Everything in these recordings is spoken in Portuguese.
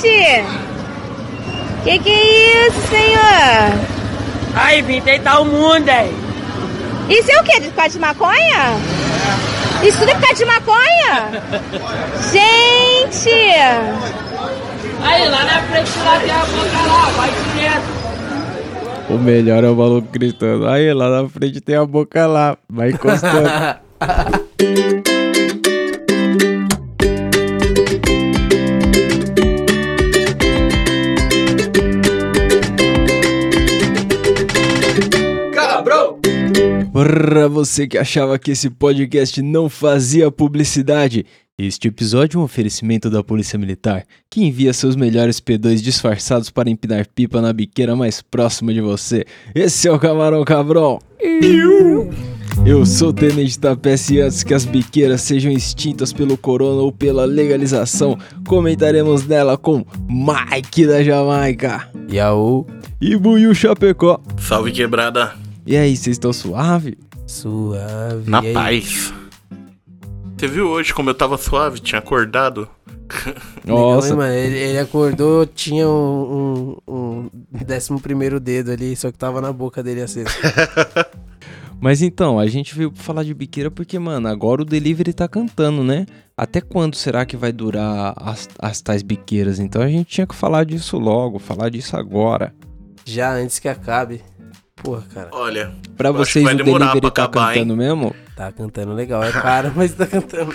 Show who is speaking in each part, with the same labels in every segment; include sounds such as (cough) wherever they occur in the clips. Speaker 1: quê? Que que é isso, senhor?
Speaker 2: Aí, vim tentar o mundo, hein?
Speaker 1: Isso é o quê? De ficar de maconha? Isso tudo é por causa de maconha? Gente!
Speaker 2: Aí, lá na frente lá tem a boca lá, vai direto.
Speaker 3: O melhor é o maluco gritando. Aí, lá na frente tem a boca lá. Vai encostando. Pra você que achava que esse podcast não fazia publicidade, este episódio é um oferecimento da Polícia Militar, que envia seus melhores P2 disfarçados para empinar pipa na biqueira mais próxima de você. Esse é o Camarão Cabrão. Eu sou o Tenente Tapés e antes que as biqueiras sejam extintas pelo corona ou pela legalização, comentaremos nela com Mike da Jamaica
Speaker 4: Yaú,
Speaker 3: e Buiu Chapecó.
Speaker 5: Salve quebrada,
Speaker 3: E aí, vocês estão suave?
Speaker 4: suave.
Speaker 5: na
Speaker 4: e aí?
Speaker 5: paz. Você viu hoje como eu tava suave? Tinha acordado?
Speaker 4: Legal, hein, mano? Ele, ele acordou, tinha um, um, um décimo primeiro dedo ali, só que tava na boca dele assim, aceso.
Speaker 3: Mas então, a gente veio falar de biqueira porque, mano, agora o delivery tá cantando, né? Até quando será que vai durar as, as tais biqueiras? Então a gente tinha que falar disso logo, falar disso agora.
Speaker 4: (laughs) Já antes que acabe. Porra, cara,
Speaker 5: Olha,
Speaker 3: Pra
Speaker 5: Acho que
Speaker 3: vocês
Speaker 5: vai
Speaker 3: o
Speaker 5: demorar
Speaker 3: delivery
Speaker 5: pra
Speaker 3: tá
Speaker 5: acabar, hein?
Speaker 3: cantando mesmo?
Speaker 4: tá cantando legal. É caro, (laughs) mas tá cantando.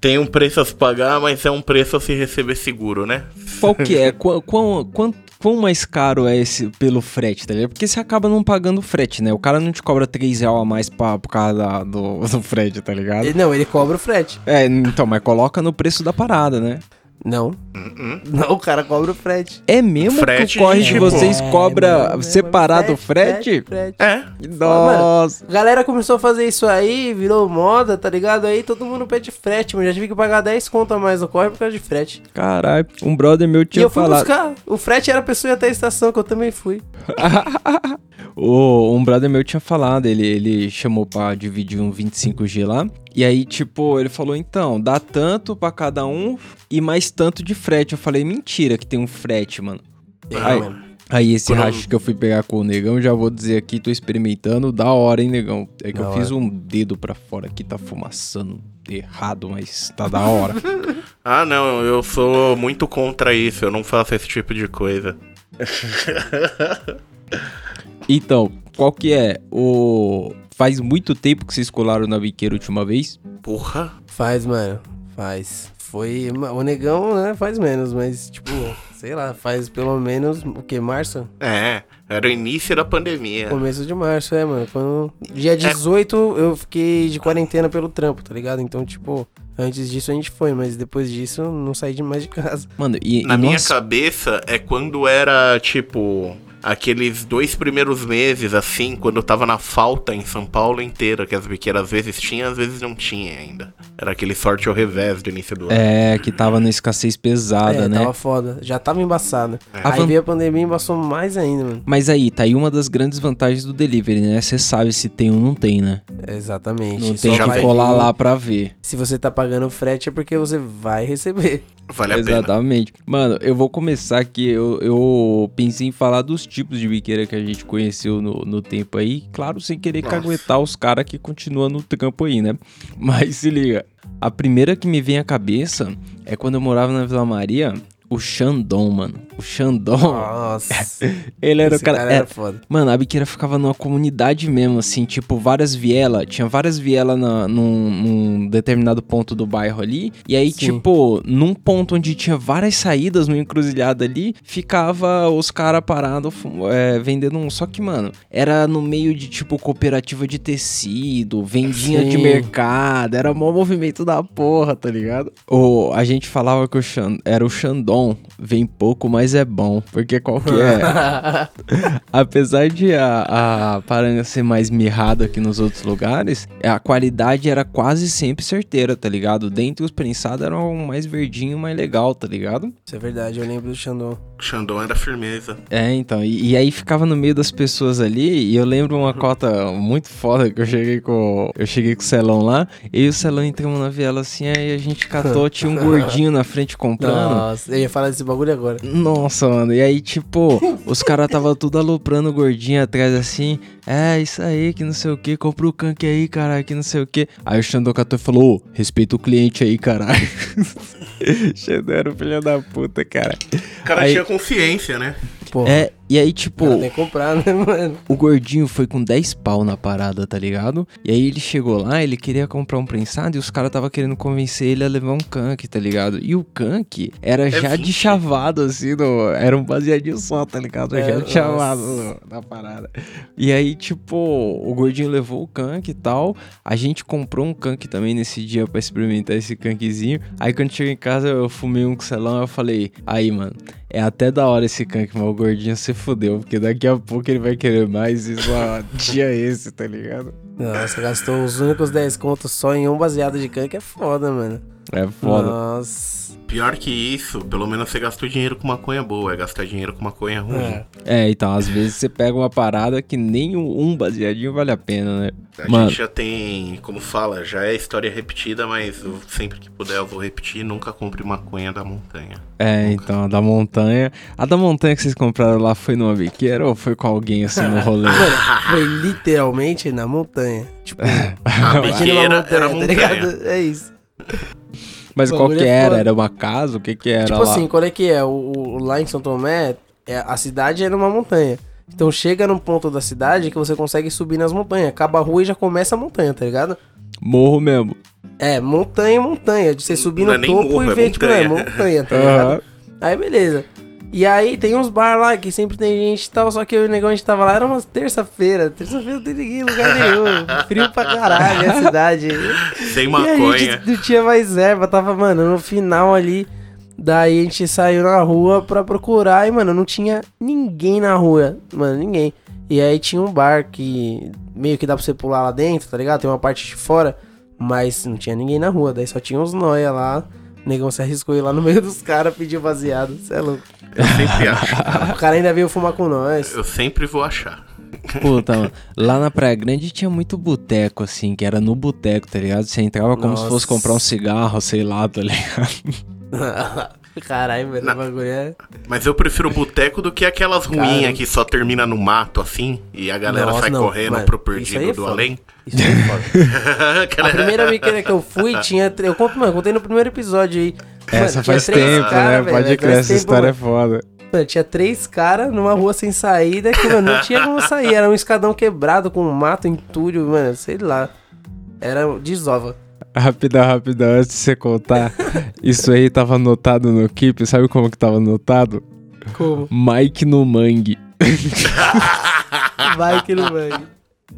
Speaker 5: tem um preço a se pagar, mas é um preço a se receber seguro, né?
Speaker 3: Qual que é? Quão, quão, quão, quão mais caro é esse pelo frete, tá ligado? Porque você acaba não pagando frete, né? O cara não te cobra 3 real a mais pra, por causa da- do, do frete, tá ligado?
Speaker 4: Ele- não, ele cobra o frete.
Speaker 3: É, então, mas coloca no preço da parada, né?
Speaker 4: Não.
Speaker 5: Uhum.
Speaker 4: Não, o cara cobra o frete.
Speaker 3: É mesmo
Speaker 5: Frete,
Speaker 3: que o corre de
Speaker 5: tipo-
Speaker 3: vocês
Speaker 4: É
Speaker 3: cobra
Speaker 4: mano,
Speaker 3: separado o frete?
Speaker 4: frete.
Speaker 5: É,
Speaker 3: Nossa.
Speaker 4: A galera começou a fazer isso aí, virou moda, tá ligado? Aí todo mundo pede frete, mas já tive que pagar 10 conto a mais no corre por causa de frete.
Speaker 3: Caralho, um brother meu
Speaker 4: e
Speaker 3: tinha
Speaker 4: eu fui
Speaker 3: falado.
Speaker 4: buscar. O frete era a pessoa ir até a estação, que eu também fui.
Speaker 3: Ô, um brother meu tinha falado, ele, ele chamou pra dividir um 25G lá. E aí, tipo, ele falou: então, dá tanto pra cada um e mais tanto de frete. Eu falei: mentira que tem um frete, mano. Ai. Aí esse
Speaker 5: Quando-
Speaker 3: racho que eu fui pegar com o negão, já vou dizer aqui, tô experimentando, da hora, hein, negão. É que
Speaker 4: Da
Speaker 3: eu fiz um dedo pra fora aqui, tá fumaçando errado, mas tá da hora. (laughs)
Speaker 5: Ah, não, eu sou muito contra isso, eu não faço esse tipo de coisa.
Speaker 3: Então, qual que é o. Faz muito tempo que vocês colaram na biqueira a última vez?
Speaker 5: Porra,
Speaker 4: Faz, mano. Faz. Foi. ma- O negão, né? Faz menos, mas, tipo, sei lá, faz pelo menos o que? Março?
Speaker 5: é, era o início da pandemia.
Speaker 4: Começo de março, é, mano. Quando... Dia 18 eu fiquei de quarentena pelo trampo, tá ligado? Então, tipo, antes disso a gente foi, mas depois disso eu não saí de mais de casa.
Speaker 3: Mano, e.
Speaker 5: Na
Speaker 3: e
Speaker 5: minha
Speaker 3: nossa,
Speaker 5: cabeça é quando era tipo aqueles dois primeiros meses assim, quando eu tava na falta em São Paulo inteira, que as biqueiras às vezes tinha, às vezes não tinha ainda. Era aquele sorte ao revés do início do ano.
Speaker 3: É, que tava na escassez pesada,
Speaker 4: é,
Speaker 3: né? É.
Speaker 4: tava foda. Já tava embaçado.
Speaker 3: A
Speaker 4: Aí
Speaker 3: van-
Speaker 4: veio a pandemia e embaçou mais ainda, mano.
Speaker 3: Mas aí, tá aí uma das grandes vantagens do delivery, né? Você sabe se tem ou não tem, né?
Speaker 4: Exatamente.
Speaker 3: Não
Speaker 4: Só
Speaker 3: tem
Speaker 5: já
Speaker 3: que
Speaker 4: vai-
Speaker 5: vem.
Speaker 3: colar lá pra ver.
Speaker 4: Se você tá pagando frete é porque você vai receber.
Speaker 5: Vale a pena.
Speaker 3: Exatamente. Mano, eu vou começar aqui. Eu, eu pensei em falar dos tipos de biqueira que a gente conheceu no, no tempo aí. Claro, sem querer
Speaker 5: Nossa.
Speaker 3: caguetar os caras que continuam no trampo aí, né? (laughs) Mas se liga. A primeira que me vem à cabeça é quando eu morava na Vila Maria. O Xandão, mano. O Xandão.
Speaker 4: Nossa.
Speaker 3: ele (laughs) era
Speaker 4: Ah, esse
Speaker 3: o cara.
Speaker 4: cara
Speaker 3: é, (laughs)
Speaker 4: era foda.
Speaker 3: Mano, a biqueira ficava numa comunidade mesmo, assim, tipo, várias vielas. Tinha várias vielas na- num, num determinado ponto do bairro ali. E aí,
Speaker 4: Sim.
Speaker 3: tipo, num ponto onde tinha várias saídas, numa encruzilhada ali, ficava os caras parados vendendo um. Só que, mano, era no meio de, tipo, cooperativa de tecido, vendinha de
Speaker 4: Sim.
Speaker 3: mercado, era mó movimento da porra, tá ligado? O, a gente falava que o Xan- era o Xandão, vem pouco, mas é bom. Porque qual que
Speaker 4: (laughs)
Speaker 3: é? Apesar de a, a paranga ser mais mirrada que nos outros lugares, é, a qualidade era quase sempre certeira, tá ligado? Dentre os prensados era um mais verdinho, mais legal, tá ligado?
Speaker 4: Isso é verdade, eu lembro do Xandão.
Speaker 5: Xandão era firmeza.
Speaker 3: É, então. E, e aí ficava no meio das pessoas ali. E eu lembro uma cota muito foda que eu cheguei com. Eu cheguei com o Celão lá. E o Celão entramos na viela assim, aí a gente catou, tinha um gordinho na frente comprando.
Speaker 4: Nossa, eu ia falar desse bagulho agora.
Speaker 3: Nossa, mano. E aí,
Speaker 4: (laughs)
Speaker 3: tipo, os caras tava tudo aloprando o gordinho atrás assim. É, isso aí, que não sei o que. Compra o canque aí, caralho, que não sei o que. Aí o Xandão catou e falou: Ô, respeita o cliente aí, caralho. (laughs) Xandão era o filho da puta, cara.
Speaker 5: O cara
Speaker 3: Aí-
Speaker 5: tinha consciência, né?
Speaker 4: Pô,
Speaker 3: É, e aí, tipo.
Speaker 4: cara, nem comprar, né, mano?
Speaker 3: O gordinho foi com 10 pau na parada, tá ligado? E aí ele chegou lá, ele queria comprar um prensado e os caras tava querendo convencer ele a levar um canque, tá ligado? E o canque era
Speaker 4: É
Speaker 3: já de
Speaker 5: 20.
Speaker 3: chavado, assim, no- era um baseadinho só, tá ligado?
Speaker 4: É,
Speaker 3: já de
Speaker 4: nossa.
Speaker 3: chavado no- na parada. E aí, tipo, o gordinho levou o canque e tal. A gente comprou um canque também nesse dia pra experimentar esse canquezinho. Aí quando chega em casa, eu fumei um com o Celão, eu falei, aí, mano, é até da hora esse canque, mas o gordinho se fudeu, porque daqui a pouco ele vai querer mais e só (laughs) dia esse, tá ligado?
Speaker 4: Nossa, gastou os únicos 10 contos só em um baseado de canque é foda, mano.
Speaker 3: É foda.
Speaker 4: Nossa.
Speaker 5: Pior que isso, pelo menos você gastou dinheiro com maconha boa, é gastar dinheiro com maconha ruim.
Speaker 4: É.
Speaker 3: É, então, às vezes você pega uma parada que nem um um baseadinho vale a pena, né?
Speaker 5: A
Speaker 3: Mano.
Speaker 5: gente já tem, como fala, já é história repetida, mas eu, sempre que puder eu vou repetir, nunca compre maconha da montanha.
Speaker 3: É, então, a da montanha. A da montanha que vocês compraram lá foi numa biqueira ou foi com alguém assim no rolê?
Speaker 4: (laughs) Mano, Ah. foi literalmente na montanha. Tipo,
Speaker 5: A
Speaker 4: imagina uma
Speaker 5: biqueira era
Speaker 4: tá
Speaker 5: montanha.
Speaker 4: ligado? É isso.
Speaker 3: Mas
Speaker 4: O
Speaker 3: qual
Speaker 4: bagulho
Speaker 3: que
Speaker 4: é
Speaker 3: era?
Speaker 4: foda.
Speaker 3: Era uma casa? O que que era
Speaker 4: tipo
Speaker 3: lá?
Speaker 4: assim, qual é que é? O, o- lá em São Tomé, é, a cidade é numa montanha. Então chega num ponto da cidade que você consegue subir nas montanhas. Acaba a rua e já começa a montanha, tá ligado?
Speaker 3: Morro mesmo.
Speaker 4: É, montanha, montanha. De você subir
Speaker 5: Não
Speaker 4: no
Speaker 5: é nem
Speaker 4: topo
Speaker 5: morro,
Speaker 4: e
Speaker 5: é
Speaker 4: ver, tipo, é
Speaker 5: montanha.
Speaker 4: montanha, tá ligado?
Speaker 3: (laughs) Aham.
Speaker 4: Aí beleza. E aí tem uns bar lá que sempre tem gente e tal, só que o negócio a gente tava lá era uma terça-feira. Terça-feira não tem ninguém em lugar nenhum. Frio pra caralho é a cidade.
Speaker 5: Sem
Speaker 4: E a
Speaker 5: maconha.
Speaker 4: gente não tinha mais erva, tava, mano, no final ali. Daí a gente saiu na rua pra procurar e, mano, não tinha ninguém na rua. Mano, ninguém. E aí tinha um bar que meio que dá pra você pular lá dentro, tá ligado? Tem uma parte de fora, mas não tinha ninguém na rua. Daí só tinha uns noia lá. O negão se arriscou ir lá no meio dos caras pedir baseado. Cê é louco.
Speaker 5: Eu sempre (laughs) acho.
Speaker 4: O cara ainda veio fumar com nós. (laughs)
Speaker 5: Eu sempre vou achar.
Speaker 3: Puta, mano. Lá na Praia Grande tinha muito boteco, assim, que era no boteco, tá ligado? Você entrava como se fosse
Speaker 4: Nossa.
Speaker 3: comprar um cigarro, sei lá, tá ligado?
Speaker 4: Caralho, velho, o
Speaker 5: Não.
Speaker 4: bagulho é.
Speaker 5: Mas eu prefiro boteco do que aquelas ruinhas
Speaker 4: Cara.
Speaker 5: que só termina no mato, assim, e a galera
Speaker 4: Nossa,
Speaker 5: sai
Speaker 4: não,
Speaker 5: correndo
Speaker 4: mano,
Speaker 5: pro
Speaker 4: isso
Speaker 5: perdido
Speaker 4: aí é
Speaker 5: do
Speaker 4: foda.
Speaker 5: além. (laughs)
Speaker 4: Isso é foda.
Speaker 5: Aquela-
Speaker 4: A primeira biqueira que eu fui tinha. tre- Eu conto, mano, eu contei no primeiro episódio aí. (laughs) Mano,
Speaker 3: É, Essa
Speaker 4: tinha
Speaker 3: faz
Speaker 4: três
Speaker 3: tempo,
Speaker 4: cara,
Speaker 3: né?
Speaker 4: velho,
Speaker 3: Pode
Speaker 4: faz
Speaker 3: crer, essa
Speaker 4: tempo,
Speaker 3: história é
Speaker 4: mano.
Speaker 3: foda.
Speaker 4: Mano, tinha três caras numa rua sem saída que, mano, não
Speaker 3: (laughs)
Speaker 4: tinha como sair. Era um escadão quebrado com um mato, entulho, mano, sei lá. Era desova.
Speaker 3: Rapidão, rapidão, antes de você
Speaker 4: (laughs)
Speaker 3: contar, isso aí tava anotado no Keep, sabe como que tava anotado?
Speaker 4: Como?
Speaker 3: Mike no mangue.
Speaker 4: Vai que não vai.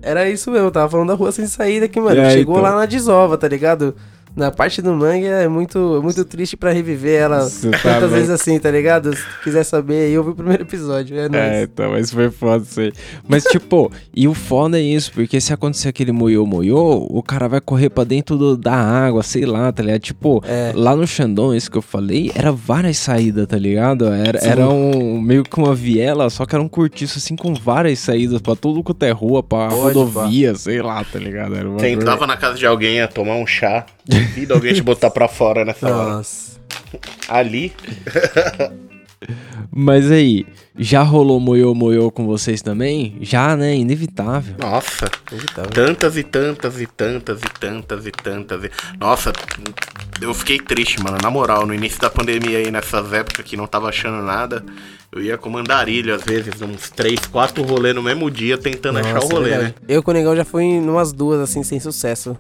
Speaker 4: Era isso mesmo, eu tava falando da rua sem saída que, mano,
Speaker 3: É,
Speaker 4: chegou
Speaker 3: então.
Speaker 4: lá na desova, tá ligado? Na parte do mangue é muito, é muito triste pra reviver ela
Speaker 3: Você tá
Speaker 4: tantas
Speaker 3: louco.
Speaker 4: vezes assim, tá ligado? Se quiser saber, aí ouve o primeiro episódio, é nóis.
Speaker 3: É, então, mas foi foda isso aí. Mas, tipo, e o foda é isso, porque se acontecer aquele moiô moiô, o cara vai correr pra dentro do- da água, sei lá, tá ligado? Tipo, lá no Xandão, isso que eu falei, era várias saídas, tá ligado? Era, era um meio que uma viela, só que era um cortiço, assim, com várias saídas pra tudo quanto é rua, pra
Speaker 4: Pode,
Speaker 3: rodovia, sei lá, tá ligado? Era uma
Speaker 5: (laughs) Você entrava na casa de alguém ia tomar um (laughs) chá, e alguém te botar pra fora nessa hora.
Speaker 4: Nossa.
Speaker 5: Ali,
Speaker 3: Mas aí, já rolou moiô moiô com vocês também? Já, né? Inevitável.
Speaker 5: nossa,
Speaker 4: Inevitável.
Speaker 5: tantas e tantas e tantas e tantas e tantas. E... Nossa, eu fiquei triste, mano. Na moral, no início da pandemia aí, nessas épocas que não tava achando nada, eu ia com mandarilho, às vezes, uns três, quatro rolê no mesmo dia, tentando achar o
Speaker 4: Nossa,
Speaker 5: rolê, né?
Speaker 4: verdade. Eu com o Negão já fui em umas duas, assim, sem sucesso.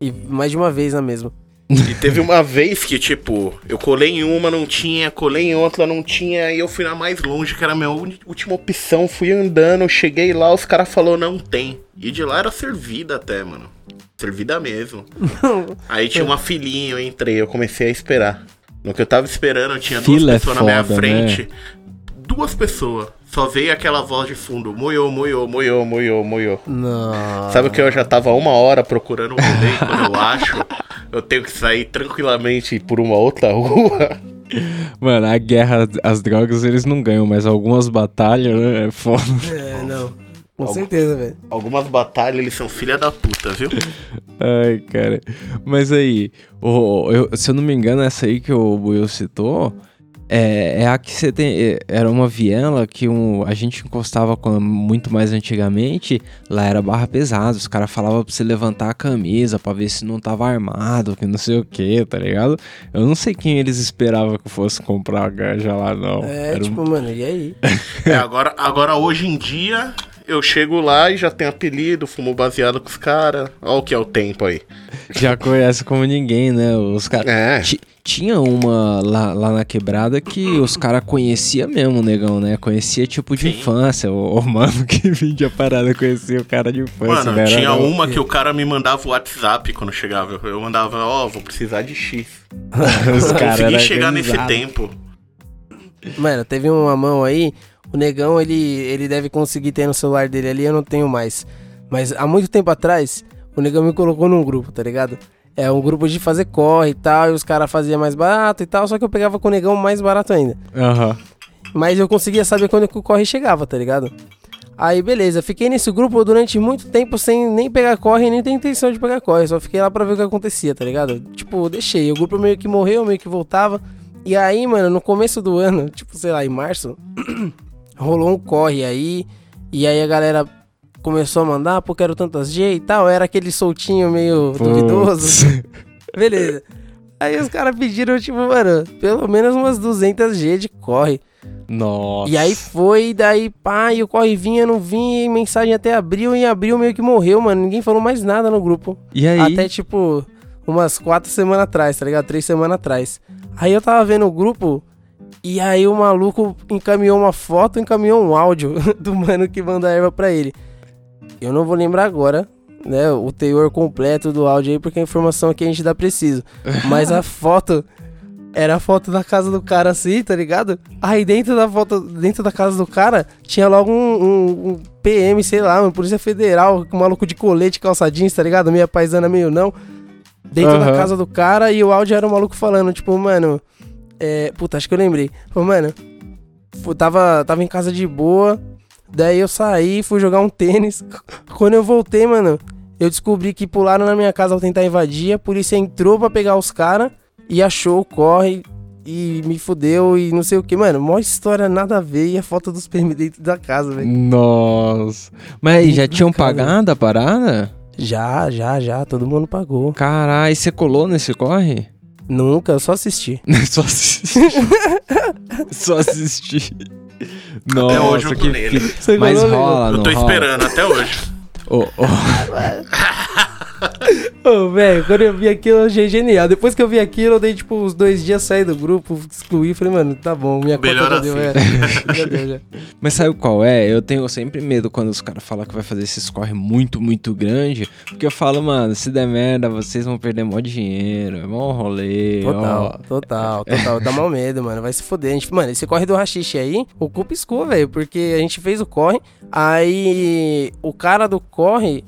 Speaker 4: E mais de uma vez na mesma.
Speaker 5: E teve uma vez que, tipo, eu colei em uma, não tinha, colei em outra, não tinha, e eu fui na mais longe, que era a minha uni- última opção, fui andando, cheguei lá, os caras falaram não tem. E de lá era servida até, mano. Servida mesmo. Aí tinha uma filinha, eu entrei, eu comecei a esperar. No que eu tava esperando, tinha
Speaker 3: Fila é
Speaker 5: duas pessoas na minha
Speaker 3: foda,
Speaker 5: frente. Duas pessoas. Só veio aquela voz de fundo, moiô, moiô, moiô, moiô, moiô.
Speaker 4: Não.
Speaker 5: Sabe o que eu já tava uma hora procurando
Speaker 3: (laughs)
Speaker 5: um o rolê e quando eu acho? Eu tenho que sair tranquilamente por uma outra rua
Speaker 3: Mano, a guerra às drogas eles não ganham, mas algumas batalhas né, é foda. (laughs)
Speaker 4: É, não. Com certeza, velho.
Speaker 5: Algumas batalhas eles são filha da
Speaker 3: (laughs)
Speaker 5: puta, viu?
Speaker 3: Ai, cara. Mas aí, o- eu- se eu não me engano, essa aí que o Buiu citou é, é a que você tem. é- Era uma viela que um, a gente encostava com- muito mais antigamente. Lá era barra pesada. Os caras falavam pra você levantar a camisa pra ver se não tava armado, que não sei o que, tá ligado? Eu não sei quem eles esperavam que fosse comprar a ganja lá, não.
Speaker 4: É,
Speaker 3: Era um-
Speaker 4: tipo, mano, e
Speaker 5: (laughs)
Speaker 4: aí?
Speaker 5: É, agora, agora hoje em dia eu chego lá e já tenho apelido, fumo baseado com os caras. Olha o que é o tempo aí.
Speaker 3: Já conhece como ninguém, né? Os caras.
Speaker 5: É.
Speaker 3: Ti- Tinha uma lá, lá na quebrada que os caras conhecia mesmo o negão, né? Conhecia tipo de infância. O, o mano que vendia parada conhecia o cara de infância,
Speaker 5: Mano,
Speaker 3: né? Era-
Speaker 5: tinha uma que o cara me mandava o WhatsApp quando chegava. Eu- Eu mandava, ó, vou precisar de X.
Speaker 3: (laughs) Os cara
Speaker 5: Consegui
Speaker 3: era
Speaker 5: chegar nesse
Speaker 3: organizado.
Speaker 5: tempo.
Speaker 4: Mano, teve uma mão aí, o negão ele, ele deve conseguir ter no celular dele ali, eu não tenho mais. Mas há muito tempo atrás, o negão me colocou num grupo, tá ligado? É um grupo de fazer corre e tal, e os caras faziam mais barato e tal, só que eu pegava com o negão mais barato ainda.
Speaker 3: Aham.
Speaker 4: Mas eu conseguia saber quando que o corre chegava, tá ligado? Aí beleza, fiquei nesse grupo durante muito tempo sem nem pegar corre, nem ter intenção de pegar corre, só fiquei lá pra ver o que acontecia, tá ligado? Tipo, deixei, o grupo meio que morreu, meio que voltava. E aí, mano, no começo do ano, (laughs) tipo, sei lá, em março, (clears throat) rolou um corre aí, e aí a galera começou a mandar, pô, quero tantas G e tal, era aquele soltinho meio
Speaker 3: (laughs)
Speaker 4: duvidoso. Beleza. Aí os caras pediram, tipo, mano, pelo menos umas 200 G de corre.
Speaker 3: Nossa.
Speaker 4: E aí foi, daí, pá, e o corre vinha, não vinha, e mensagem até abril, e abril meio que morreu, mano. Ninguém falou mais nada no grupo.
Speaker 3: E aí?
Speaker 4: Até tipo, umas quatro semanas atrás, tá ligado? Três semanas atrás. Aí eu tava vendo o grupo, e aí o maluco encaminhou uma foto, encaminhou um áudio (laughs) do mano que manda a erva pra ele. Eu não vou lembrar agora, né, o teor completo do áudio aí, porque a informação que a gente dá preciso. Mas a foto era a foto da casa do cara assim, tá ligado? Aí dentro da foto, dentro da casa do cara, tinha logo um, um- um PM, sei lá, uma Polícia Federal, um maluco de colete, calça jeans, tá ligado? Meia paisana, meio não. Dentro da
Speaker 3: Aham.
Speaker 4: casa do cara e o áudio era o maluco falando, tipo, mano. É, puta, acho que eu lembrei. Falou, mano, eu tava, tava em casa de boa, daí eu saí, fui jogar um tênis. Quando eu voltei, mano, eu descobri que pularam na minha casa ao tentar invadir, a polícia entrou pra pegar os caras e achou, corre e me fudeu e não sei o que, mano. Mó história nada a ver e a foto dos PM dentro da casa, velho.
Speaker 3: Nossa. Mas aí, já tinham
Speaker 4: Cara.
Speaker 3: pagado a parada?
Speaker 4: Já, já, já, todo mundo pagou.
Speaker 3: Caralho, você colou nesse corre?
Speaker 4: Nunca, eu só assisti.
Speaker 3: (laughs) Só
Speaker 5: (laughs)
Speaker 3: assisti. Só assisti. Nossa,
Speaker 5: hoje eu tô
Speaker 3: que
Speaker 5: nele.
Speaker 3: fi- Mas
Speaker 4: colou, Leo?
Speaker 3: rola,
Speaker 5: eu
Speaker 3: Ah, não
Speaker 5: tô
Speaker 3: rola.
Speaker 5: esperando até hoje.
Speaker 3: Ô, ô,
Speaker 4: Ô, velho, quando eu vi aquilo, eu achei genial. Depois que eu vi aquilo, eu dei, tipo, uns dois dias, saí do grupo, excluí, falei, mano, tá bom, minha conta
Speaker 5: Melhor
Speaker 4: já deu, é. Já deu, já.
Speaker 3: Mas sabe qual é? Eu tenho sempre medo quando os caras falam que vai fazer esses corre muito, muito grande. Porque eu falo, mano, se der merda, vocês vão perder mó dinheiro, é mó rolê.
Speaker 4: Total, total, total. Dá mal medo, mano. Vai se foder. A gente, mano, esse corre do rachixe aí, o cu piscou, velho. Porque a gente fez o corre, aí o cara do corre,